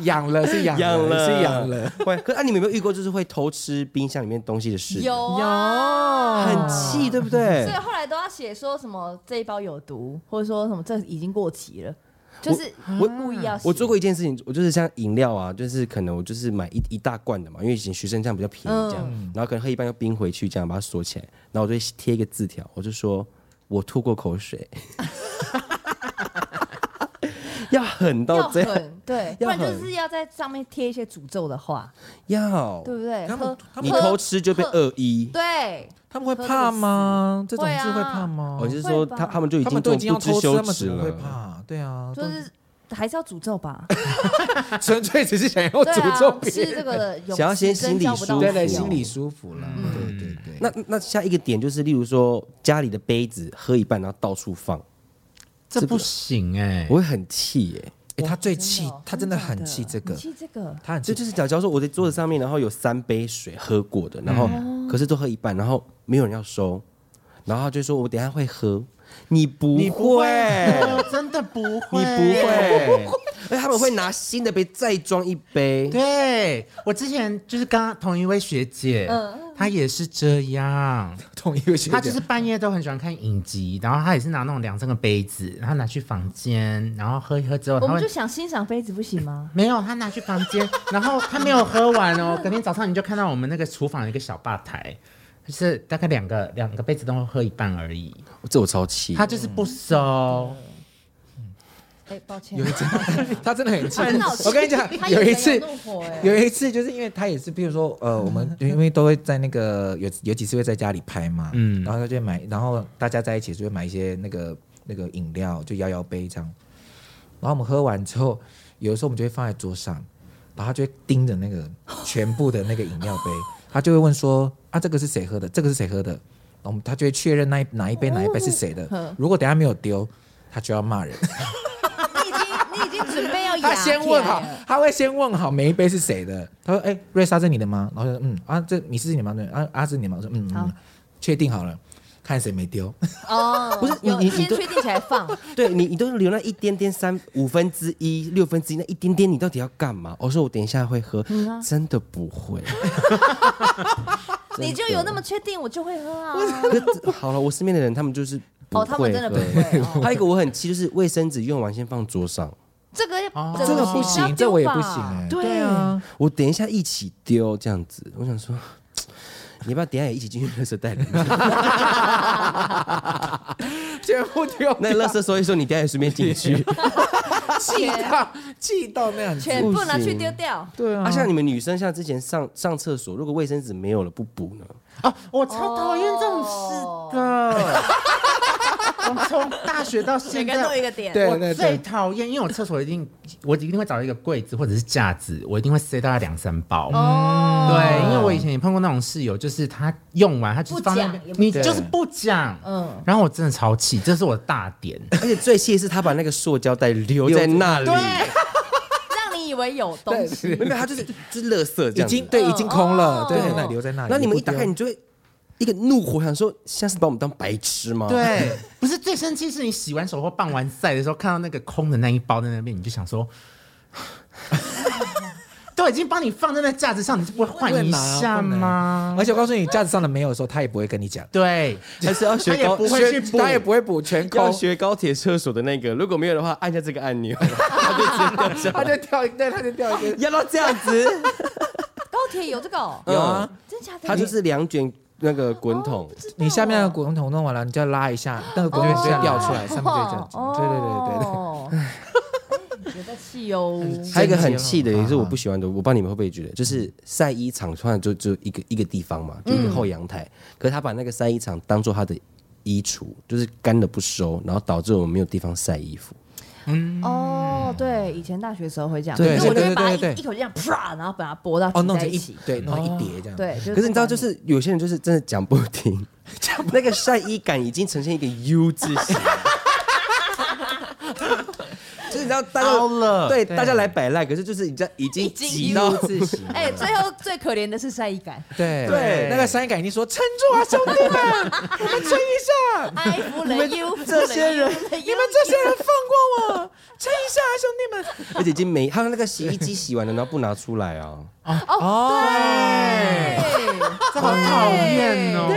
养了是 <laughs> 养养了是养了，。 <laughs> 喂，可啊，你们有没有遇过就是会偷吃冰箱里面东西的事？，有有啊，很气，对不所对以？后来都要写说什么这一包有毒，或者说什么这已经过期了，就是我故意要写我做过一件事情，我就是像饮料啊，就是可能我就是买一一大罐的嘛，因为以前学生这样比较便宜，这样，然后可能喝一半又冰回去，这样把它锁起来，然后我就会贴一个字条，我就说我吐过口水， <laughs> 要狠要到这样，狠，对，不要然就狠是要在上面贴一些诅咒的话，哦要对不对？他喝们他你们喝偷吃就被喝恶意，对，他们会怕吗？这种事会怕吗我？哦就是说会吧他他们就已他经们都已经这要么不知偷吃，羞他们耻怎么会了，怕？对啊，就都是还是要诅咒 <laughs> 吧，纯粹只是想要对诅咒啊，别是这人，个的有想要先真心里交不到舒服对朋对，友心里舒服了，对对对。那那下一个点就是，例如说家里的杯子喝一半，然后到处放，这不行哎我，会很气耶、哎、他最真的气哦，他真的很气这个哦你，气这个，他很这气，就是假假如说我在桌子上面，然后有三杯水喝过的，然后可是都喝一半，然后没有人要收，然后他就说我等一下会喝，你不会，你不会，我真的不你会，不 <laughs> 会，而且他们会拿新的杯再装一杯，对我之前就是刚刚同一位学姐，她也是这样，同一个学姐，她就是半夜都很喜欢看影集，然后她也是拿那种两三个杯子，然后拿去房间，然后喝一喝之后，我她们就会。想欣赏杯子不行吗？没有，她拿去房 <laughs> 间，然后她没有喝完哦。隔天早上你就看到我们那个厨房有一个小吧台，就是大概两个两个杯子都会喝一半而已。这我超气她。就是不收，哎，抱歉有一，次 <laughs> 他真的很气他很好气，我跟你讲他，有也一没次怒火哎，有一次，就是因为他也是，比如说，呃，我们 <laughs> 因为都会在那个有有几次会在家里拍嘛，嗯，嗯然后他就会买，然后大家在一起就会买一些那个那个饮料，就摇摇杯这样。然后我们喝完之后，有的时候我们就会放在桌上，然后他就会盯着那个全部的那个饮料杯，他就会问说啊，这个是谁喝的？这个是谁喝的？然后我们他就会确认那一哪一杯哪一杯是谁的哦。如果等一下没有丢，他就要骂人。你已经你已经准备要他牙先起问来好了，他会先问好每一杯是谁的。他说：“哎、瑞莎这你的吗？”然后就说：“嗯啊，这你是你的吗？对啊啊是你的吗？”我说：“嗯，好嗯确定好了，看谁没丢。 <laughs> <laughs> 哦，不是你有你你先都确定起来放，对你，你都留那一点点三五分之一、六分之一那一点点，你到底要干嘛？我说我等一下会喝，嗯啊真的不会。你就有那么确定，我就会喝啊。可好了，我身边的人他们就是不哦，他们会真的不喝会哦，还有一个我很气，就是卫生纸用完先放桌上，这个要哦这个不要行，丢这我也吧不行哎、对啊，我等一下一起丢这样子。我想说，你要不要等一下也一起进去垃圾袋里 <laughs> 面？全部丢，那垃圾收一收，你等一下也顺便进 <laughs> 去。气 <laughs> 到气到那样子。啊全部拿去丢掉。对啊，啊，像你们女生，像之前上上厕所，如果卫生纸没有了不补呢？哦，我超讨厌这种事的。我 <laughs> 从大学到哦每现个人都有一在，个点，对我最讨厌，因为我厕所一定，我一定会找一个柜子或者是架子，我一定会塞大概两三包。哦，对，因为我以前也碰过那种室友，就是他用完他就是放在那边不讲也，不你讲就是不讲，嗯，然后我真的超气，这是我的大点。而且最气的是，他把那个塑胶袋留在那里， <laughs> 让你以为有东西，没有，他就是就是垃圾这已样子经。对已经空了，哦对，对那留在那里。那你啊们一不打丢开，你就会一个怒火，想说现在是把我们当白痴哦吗？，对，不是最生气是你洗完手或办完赛的时候，看到那个空的那一包在那边，你就想说， <laughs> 都已经帮你放在那架子上，你就不会换一下不能吗？而且我告诉你，架子上的没有的时候，他也不会跟你讲，对，还是要他学也高不会学去补，他也不会补全要空，学高铁厕所的那个，如果没有的话，按下这个按钮， <laughs> 他就直接掉下他来。就掉，对，他就掉一个。要到这样子，高铁有这个 <laughs> 哦， <laughs> 有啊，真假的？它就是两卷那个滚筒不，知道你下面那个哦滚筒弄完了，你就要拉一下，那个滚筒就会掉出来，上面就会这样子。哦对对对对对。 <laughs> 对对对，有在气 <laughs> 哦，还有一个很气的，啊也是我不喜欢的，我不知道你们会不会觉得，就是晒衣场突然就就一个一个地方嘛，就一个后阳台，可是他把那个晒衣场当做他的衣橱，就是干了不收，然后导致我们没有地方晒衣服。哦，对，以前大学时候会这样，嗯对就是我就会把它对对对对一一口就这样啪，然后把它拨到哦，挤弄在成一一起，对，弄成一叠这样。，对，可是你知道，哦就是有些人就是真的讲不 <laughs> 听，那个晒衣杆已经呈现一个 U 字 <laughs> 形。就是你知道大家凹了对对大家来摆烂，可是就是你知道已经已经挤到自喜。哎，最后最可怜的是晒衣 <laughs> 杆，对对那个山感已经说撑住啊，兄弟 <laughs> 们，你们撑一下，哎，服了 U，这些人服了 U，你们这些人放过我，撑一下啊，兄弟 <laughs> 们。而且已经没，还有那个洗衣机洗完了，然后不拿出来啊。哦哦对，这好讨厌哦。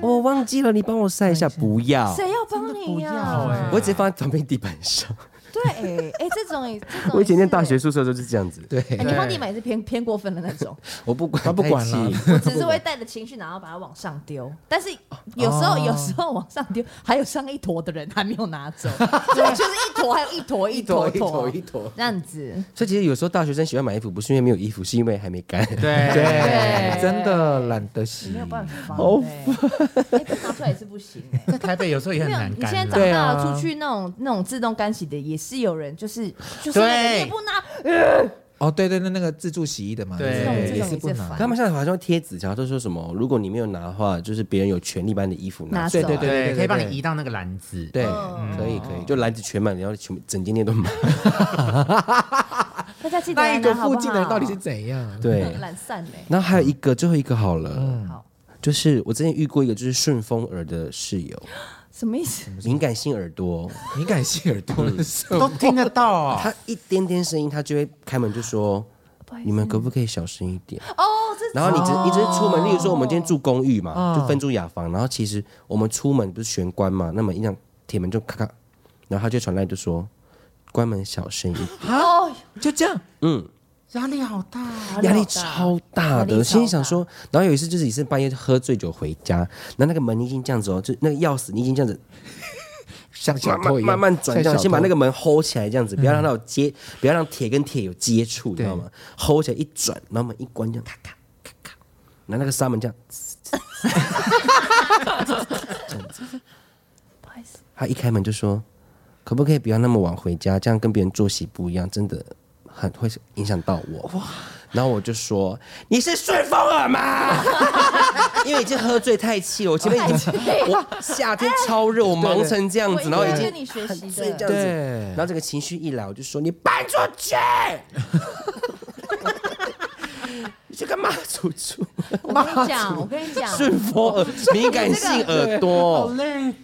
我忘记了，你帮我嗯晒一下，不要，谁要帮你欸呀？我直接放在旁边地板上。对，哎，这种也，这种我以前也念是大学，宿舍的时候就是这样子，对，哎，你放地板也是偏偏过分的那种，我不管，他不管太了气，我只是会带着情绪，然后把它往上丢。但是有时候，有时候往上丢，还有上一坨的人还没有拿走，所以就是一坨，还有一坨，一坨，一坨。这样子。 <laughs> 所以其实有时候大学生喜欢买衣服，不是因为没有衣服，是因为还没干。对，对，对真的懒得洗没。有办法，好哎，哎这拿出来也是不行哎。在台北有时候也很没有，难你干现在长啦。大对啊了，出去那种那种自动干洗的，也是有人就是就是那个对也不拿，哦，对对，那那个自助洗衣的嘛，对对这种对，这种是不也是难烦。他们现在好像贴纸条都说什么，如果你没有拿的话，就是别人有权利把你的衣服拿拿走，走对对对对对，对，可以帮对你移到那个篮子。对，嗯可以可以，就就篮子全满，然后全部整间店都 <laughs> 满。大家记得那来一个拿好不附好，近的人到底是怎样？对懒散欸嘞。然后还有一个，最后一个好了，嗯好，就是我之前遇过一个就是顺风耳的室友，什么意思？敏感性耳朵，敏感性耳朵的时都候，听得到哦。他一点点声音，他就会开门就说不好意：“思你们可不可以小声一点？”哦，嗯这然后你只你只是出门，例如说我们今天住公寓嘛，就分住雅房，然后其实我们出门不是玄关嘛，那么一样铁门就咔咔，然后他就传来就说关门小声一点，哦，就这样，嗯，压力好大哦，压力超大啊压力的，超大心里想说，然后有一次就是也是半夜喝醉酒回家，然后那个门已经这样子哦，就那个钥匙你已经这样子像小慢偷慢一样，慢慢转，这像样小先把偷那个门 hold 起来，这样嗯子，不要让它有接，不要让铁跟铁有接触，你知道吗？hold 起来一转，然后门一关，这样咔咔咔咔，然后那个纱门这样，这样子。不好意思，他一开门就说：“可不可以不要那么晚回家？这样跟别人作息不一样，真的很会影响到我。”哇！然后我就说：“你是顺风耳 <laughs> 吗？”因为已经喝醉太气了，我前面已经我夏天超热，我忙成这样我子，应然后已该经跟你学很习醉的这。样子，对然。后这个情绪一来，我就说：“你搬出去！” <laughs> 你去干嘛，楚楚？我跟你讲，我跟你讲，顺风耳，敏感性耳朵，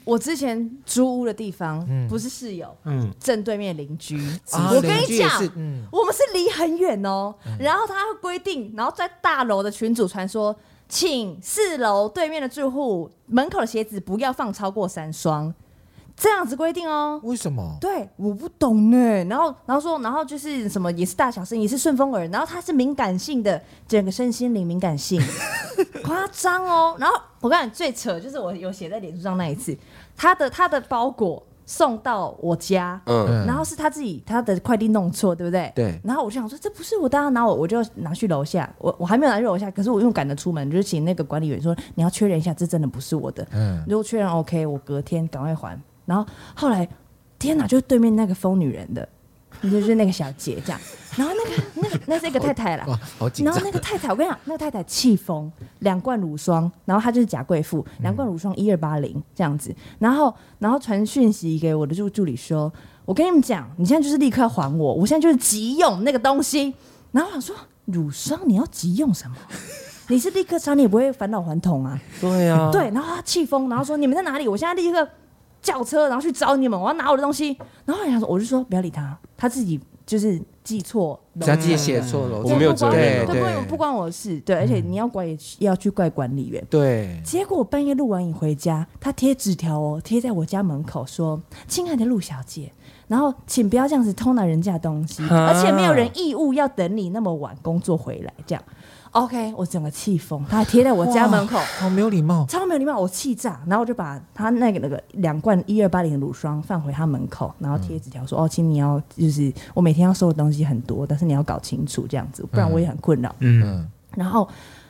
我之前租屋的地方不是室友，嗯，正对面邻居。啊我跟邻居你也讲是嗯，我们是离很远哦。然后他会规定，然后在大楼的群组传说，请四楼对面的住户门口的鞋子不要放超过三双，这样子规定哦。为什么？对，我不懂呢。然后，然后说，然后就是什么也是大小声，也是顺风耳，然后他是敏感性的，整个身心灵敏感性，夸张哦。然后我跟你讲最扯，就是我有写在脸书上那一次，他的他的包裹送到我家。嗯，然后是他自己他的快递弄错，对不对？对然后我就想说，这不是我当啊然拿我，我就拿去楼下。我我还没有拿去楼下，可是我因为赶着出门，就是请那个管理员说，你要确认一下，这真的不是我的。嗯，如果确认 OK，我隔天赶快还。然后后来，天哪，就是对面那个疯女人的，就是那个小姐这样。然后那个那个那是一个太太啦，哇，好紧然张后。那个太太，我跟你讲，那个太太气疯，两罐乳霜，然后她就是假贵妇，两嗯罐乳霜一二八零这样子，然后然后传讯息给我的助助理说，我跟你们讲，你现在就是立刻还我，我现在就是急用那个东西。然后我想说，乳霜你要急用什么？你是立刻擦，你也不会返老还童啊。对啊，对，然后他气疯，然后说你们在哪里？我现在立刻叫车，然后去找你们，我要拿我的东西。然后我想说，我就说不要理他，他自己就是记错楼只要自己写错了，我们没有责任哦嗯对嗯不对关不关我的事，对，而且你要管也要去怪管理员。对，结果我半夜录完影回家，他贴纸条哦，贴在我家门口说：“亲爱的陆小姐，然后请不要这样子偷拿人家的东西，啊而且没有人义务要等你那么晚工作回来。”这样，OK，我整个气疯，他还贴在我家门口，好哦没有礼貌。超没有礼貌，我气炸，然后我就把他那个那个两罐一二八零的乳霜放回他门口，然后贴纸条说：“哦，请你要就是我每天要收的东西很多，但是你要搞清楚这样子，不然我也很困扰。嗯，然后，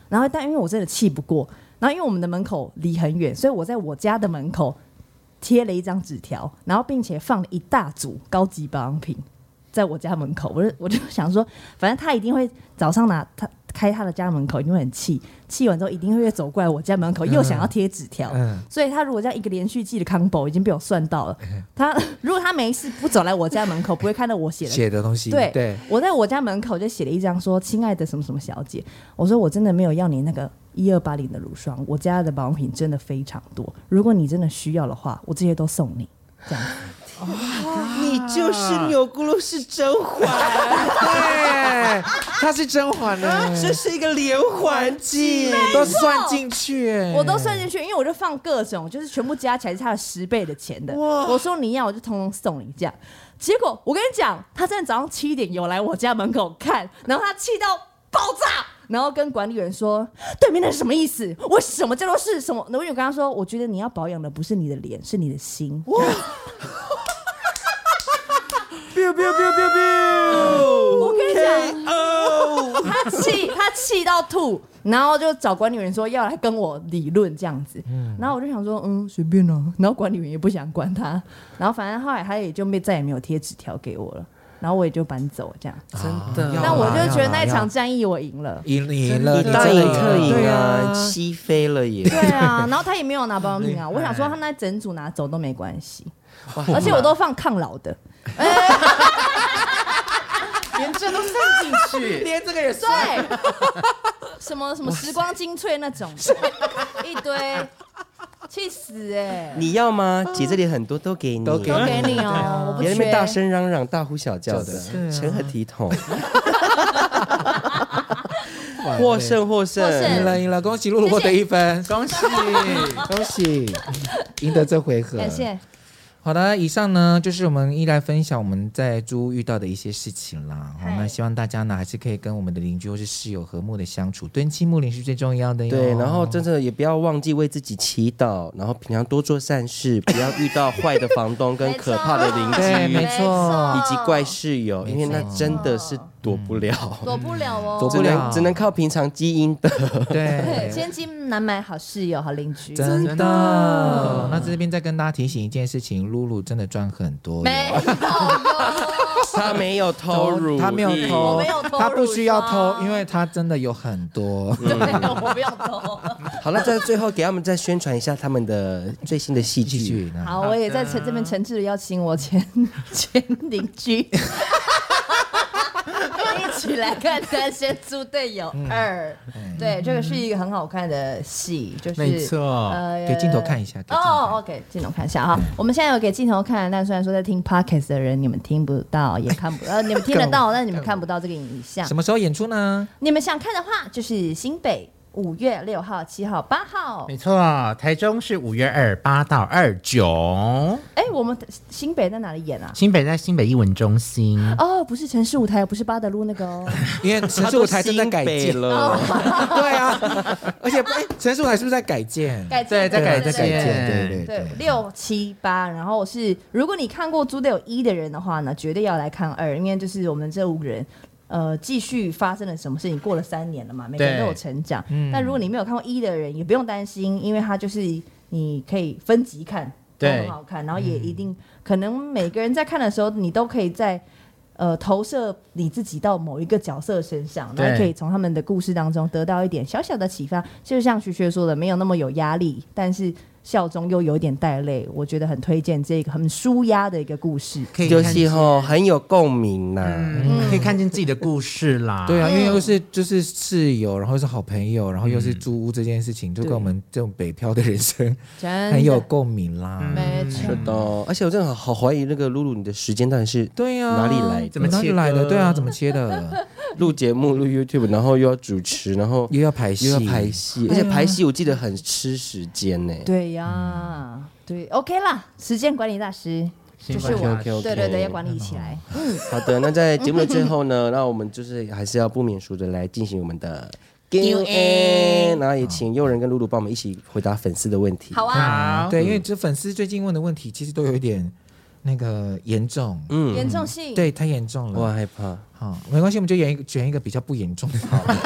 然后但因为我真的气不过，然后因为我们的门口离很远，所以我在我家的门口贴了一张纸条，然后并且放了一大组高级保养品在我家门口。我就我就想说，反正他一定会早上拿他开他的家门口，一定会很气，气完之后一定会走过来我家门口，又想要贴纸条。嗯所以他如果这样一个连续记的 combo 已经被我算到了，他如果他没事不走来我家门口，不会看到我写的写的东西，对对，我在我家门口就写了一张说：“亲爱的什么什么小姐，我说我真的没有要你那个一二八零的乳霜，我家的保养品真的非常多，如果你真的需要的话，我这些都送你。”这样，你就是钮钴禄是甄嬛，对，哎他是甄嬛呢，啊这是一个连环计。都算进去，哎我都算进去，因为我就放各种，就是全部加起来是他的十倍的钱的。我说你要，我就通通送你这样。结果我跟你讲，他真的早上七点有来我家门口看，然后他气到爆炸，然后跟管理员说：“对面那是什么意思？我什么叫做是什么？”那我就跟他说：“我觉得你要保养的不是你的脸，是你的心。” ，biu biu biu biu biu， <laughs> 我跟你讲，他气他气到吐，然后就找管理员说要来跟我理论这样子，然后我就想说，嗯，随便啊，然后管理员也不想管他，然后反正后来他也就没再也没有贴纸条给我了，然后我也就搬走这样。真的要啦啊但我就觉得要啦那一场战役我赢 <laughs> 了，赢赢了，呃你大赢特对赢啊，啊，西飞了耶！对啊，然后他也没有拿保养品啊，我想说他那整组拿走都没关系，而且我都放抗老的，连这都算进 <laughs> 去，连这个也算。对，什么什么时光精粹那种，一堆，气死哎、你要吗？姐这里很多都给你，都给都给你哦，我不别那缺。边大声嚷嚷、大呼小叫的，成何体统？获胜，获胜！获胜赢了赢了，恭喜露露获得一分，恭喜！恭喜，赢得这回合，感谢，好的，以上呢就是我们一来分享我们在租屋遇到的一些事情啦。好，嗨那希望大家呢还是可以跟我们的邻居或是室友和睦的相处，敦亲睦邻是最重要的哟。对，然后真的也不要忘记为自己祈祷，然后平常多做善事，不要遇到坏的房东跟可怕的邻 <laughs> 对居没错以及怪室友，因为那没错嗯真的是躲不了，躲不了哦，躲不只了能只能靠平常基因的。 <laughs> 对，对。千金难买好室友、好邻居，真真的，那这边再跟大家提醒一件事情，露露真的赚很多哟，没有哟，他没有 <laughs> 偷偷乳液，他没有我偷没有，偷他不需要乳偷，霜因为他真的有很多。嗯对，我不要偷。好了，那在最后给他们再宣传一下他们的最新的戏继剧。续呢，好，我也在诚这边诚挚的邀请我前前邻居， <laughs> 一起来看《单身猪队友二》。对，这个是一个很好看的戏，就是没错呃给镜头看一下。给镜头看一下哦，OK，镜头看一下嗯哈。我们现在有给镜头看，但虽然说在听 podcast 的人你们听不到，也 <laughs> 看不呃，你们听得到，但你们看不到这个影像什。么时候演出呢？你们想看的话，就是新北五月六号、七号、八号。没错，台中是五月二八到二九，哎，我们新北在哪里演啊？新北在新北艺文中心。哦，不是城市舞台，不是八德路那个 <laughs> 哦。因为城他市都舞台正在改新北建，了，对啊，而且哎，城市舞台是不是在改建？改对，在改对在在改建建，对对对，六七八，然后是如果你看过《猪队友一》的人的话呢，绝对要来看二，因为就是我们这五个人。呃，继续发生了什么事情？过了三年了嘛，每个人对都有成长。但如果你没有看过一的人，也不用担心，因为它就是你可以分级看，都对很好看，然后也一定、可能每个人在看的时候，你都可以在呃投射你自己到某一个角色身上，然后对可以从他们的故事当中得到一点小小的启发。就像徐学说的，没有那么有压力，但是笑中又有一点带泪，我觉得很推荐这个很舒压的一个故事。可以 <laughs> 游看戏见吼很有共鸣啊呐。嗯，可以看见自己的故事啦。对啊，嗯因为又是就是室友，然后又是好朋友，然后又是租屋这件事情，就跟我们这种北漂的人生真嗯很有共鸣啦。没错是，的，而且我真的好怀疑那个露露，你的时间到底是对呀，哪里来的怎么哪里来的？对啊，怎么 <laughs> 切的？录节目、录 YouTube，然后又要主持，然后又要排戏，又要排戏，而啊且排戏我记得很吃时间呢。对呀，对，OK 啦，时间管理大师就行是我， OK，OK，OK 对对对，要管理起来。好的，那在节目的最后 <laughs> 呢，那我们就是还是要不免俗的来进行我们的 Q&A，然后也请诱人跟露露帮我们一起回答粉丝的问题。好啊，好，嗯对，因为这粉丝最近问的问题，其实都有一点那个严重，严重性，对，太严重我了。很害怕，好，没关系，我们就演一个选一个比较不严重的好了。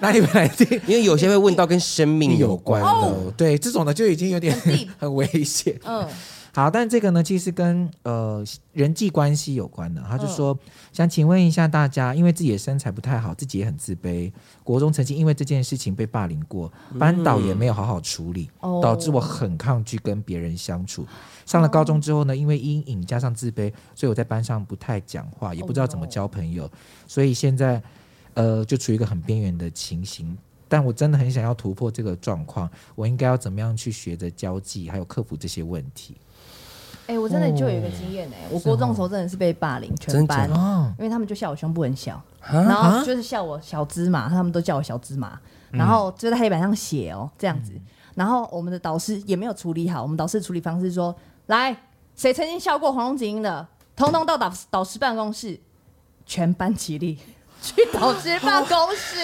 那你们来听。因为有些会问到跟生命有有关关的。的，对这种的就已经有点很 deep <laughs> 很危险。嗯，好，但这个呢，其实跟呃人际关系有关的。他就说，想请问一下大家，因为自己的身材不太好，自己也很自卑。国中曾经因为这件事情被霸凌过，班导也没有好好处理，哦导致我很抗拒跟别人相处。上了高中之后呢，因为阴影加上自卑，所以我在班上不太讲话，也不知道怎哦么交朋友，所以现在呃就处于一个很边缘的情形。但我真的很想要突破这个状况，我应该要怎么样去学着交际，还有克服这些问题？哎，我真的就有一个经验哎，我国中的时候真的是被霸凌，全真假班的哦，因为他们就笑我胸部很小，然后就是笑我小芝麻，他们都叫我小芝麻，然后就在黑板上写哦这样子，然后我们的导师也没有处理好，我们导师的处理方式说，来，谁曾经笑过黄龙锦英的，通通到导导师办公室，全班起立去导师办公室，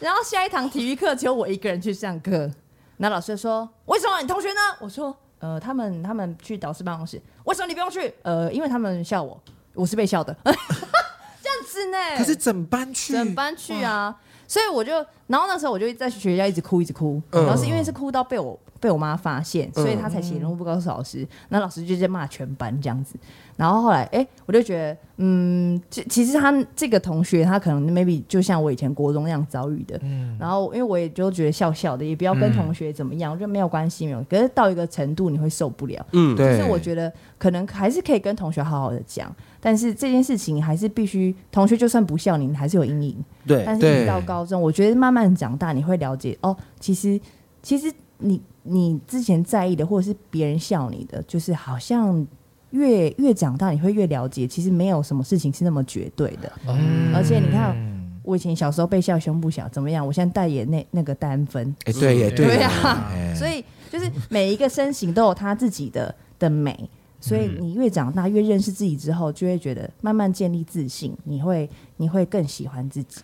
然后下一堂体育课只有我一个人去上课，那老师说：“为什么你同学呢？”我说：“呃，他们他们去导师办公室，为什么你不用去？呃，因为他们笑我，我是被笑的，这 <laughs> 样子呢。”可是整班去，整班去啊，所以我就，然后那时候我就在学校一直哭，一直哭，嗯然后是因为是哭到被我被我妈发现，所以她才写任务告诉老师，那老师就在骂全班这样子。然后后来，哎、我就觉得，嗯，其其实他这个同学，他可能 maybe 就像我以前国中那样遭遇的，然后因为我也就觉得笑笑的，也不要跟同学怎么样，我就没有关系，没有。可是到一个程度，你会受不了。嗯，对，就是我觉得可能还是可以跟同学好好的讲，但是这件事情还是必须，同学就算不笑你，你还是有阴影。对，但是对一到高中，我觉得慢慢长大，你会了解哦，其实其实你你之前在意的，或者是别人笑你的，就是好像越越长大，你会越了解，其实没有什么事情是那么绝对的。嗯而且你看，我以前小时候被笑胸部小怎么样，我现在代言那那个单分，哎，对耶，嗯耶对啊哎所以就是每一个身形都有他自己的的美。所以你越长大越认识自己之后，就会觉得慢慢建立自信，你会你会更喜欢自己，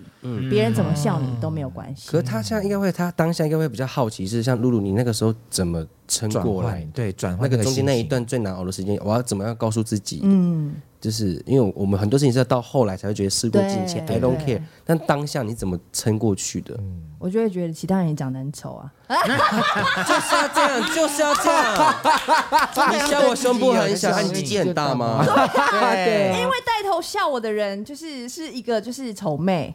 别人怎么笑你都没有关系可。是他现在应该会，他当下应该会比较好奇，是像露露，你那个时候怎么撑转过来？换对转那换个中间那一心情段最难熬的时间，我要怎么样告诉自己？嗯，就是因为我们很多事情是要到后来才会觉得事过境迁对，I don't 对 care。但当下你怎么撑过去的？我就会觉得其他人也长得很丑啊，就是要这样，就是要这样。你笑我胸部很小，那啊你鸡鸡很大吗？因为带头笑我的人就是是一个就是丑妹，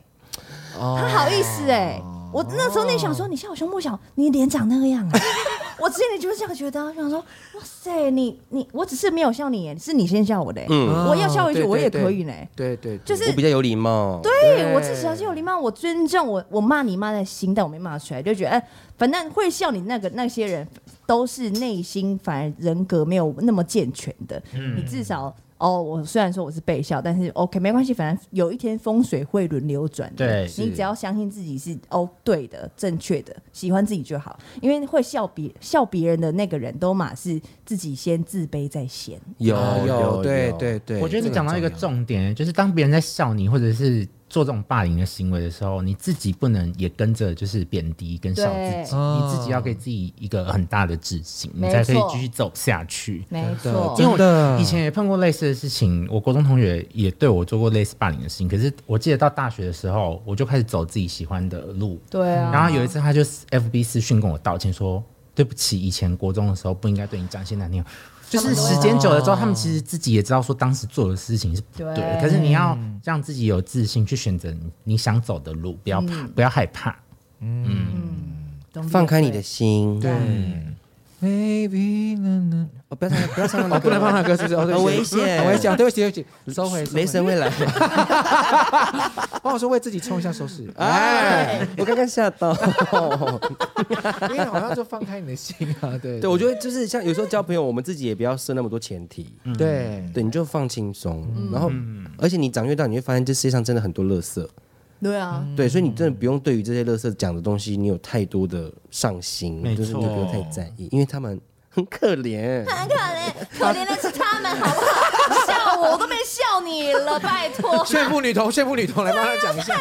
她好意思哎、我那时候那想说，你笑我胸部小，你脸长那个样啊！ <laughs> 我之前你就是这样觉得啊，我想说，哇塞，你你我只是没有笑你耶，是你先笑我的耶，嗯我要笑回去哦对我也对可以呢。对对，就对是我比较有礼貌。对我至少是有礼貌，我尊重我，我骂你骂在心，但我没骂出来，就觉得哎、反正会笑你那个那些人都是内心反而人格没有那么健全的，你至少。哦，我虽然说我是被笑，但是 OK 没关系，反正有一天风水会轮流转的。对你是只要相信自己是哦对的、正确的，喜欢自己就好。因为会笑别笑别人的那个人都嘛是自己先自卑在先。有啊有对有对对，我觉得这你个讲到很一个重要重点，就是当别人在笑你或者是做这种霸凌的行为的时候，你自己不能也跟着就是贬低跟笑自己，对你自己要给自己一个很大的自信，你没才可以错继续走下去。没错，真的哦因为真的我以前也碰过类似的事情，我国中同学也对我做过类似霸凌的事情。可是我记得到大学的时候，我就开始走自己喜欢的路。对嗯啊。然后有一次，他就 FB 私讯跟我道歉说：“对不起，以前国中的时候不应该对你讲些难听。”就是时间久了之后，他们其实自己也知道说当时做的事情是不对的，对可是你要让自己有自信去选择你你想走的路，不要怕，嗯不要害怕。嗯嗯 Don't be 放开你 afraid 的心。对，Maybe 呢呢，哦，不要唱，不要唱那哦，个，不能放那歌，是不是？哦对不起很危险很危险，对不起，对不起，收回。收回雷神会来。帮我说为自己冲一下 <laughs> 手势，哦哎，我刚刚吓到。因为好像就放开你的心啊，对对，我觉得就是像有时候交朋友，我们自己也不要设那么多前提。嗯对对，你就放轻松，然后，而且你长越大，你会发现这世界上真的很多垃圾。对啊，对，所以你真的不用对于这些垃圾讲的东西，你有太多的上心，没就是你错不用太在意，因为他们很可怜。很可怜，可怜的是他们，好不好？笑我，我都没笑你了，拜托！我炫富女童，炫富女童，来帮她讲一 <laughs> 下。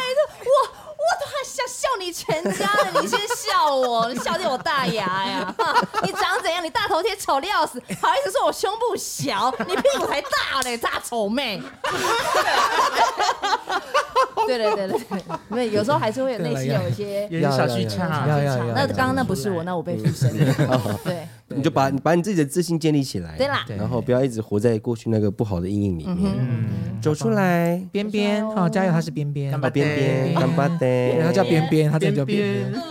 我都还想笑你全家了，你先笑我，你笑掉我大牙呀！你长怎样？你大头贴丑的要死，好意思说我胸部小？你屁股才大嘞，大丑妹！对对对对对，因为有时候还是会有内心有一些。也是小剧场要要小剧要场要。那刚刚那不是我，那我被附身了。对，你就把把你自己的自信建立起来，对啦嗯然后不要一直活在过去那个不好的阴影里面，走出来，边边，哦好加油，她是边边，干把嘛边边干巴对的，她哎叫边边，她真的叫边边边。哎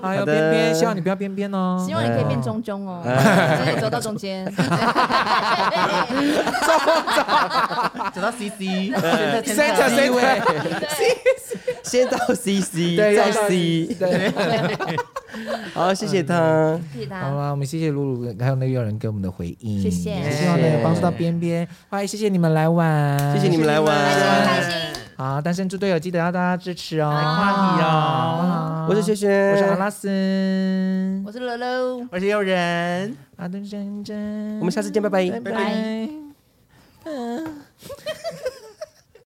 好呦，的边边，希望你不要边边哦希。望你可以变中中哦，直接走到中间。走到 CC，现哎三角谁位？先到 CC，对再要到 C，对，好，谢谢他，谢谢大好家。啦，我们谢谢露露，还有那个友人给我们的回应，谢谢也希望呢有帮助到边边。欢迎，谢谢你们来玩，谢谢你们来玩，开心。好，单身猪队友记得要大家支持哦。话题啊哦，我是轩轩，我是阿拉斯，我是乐乐，而且有人。阿登真真，我们下次见，拜拜。拜拜。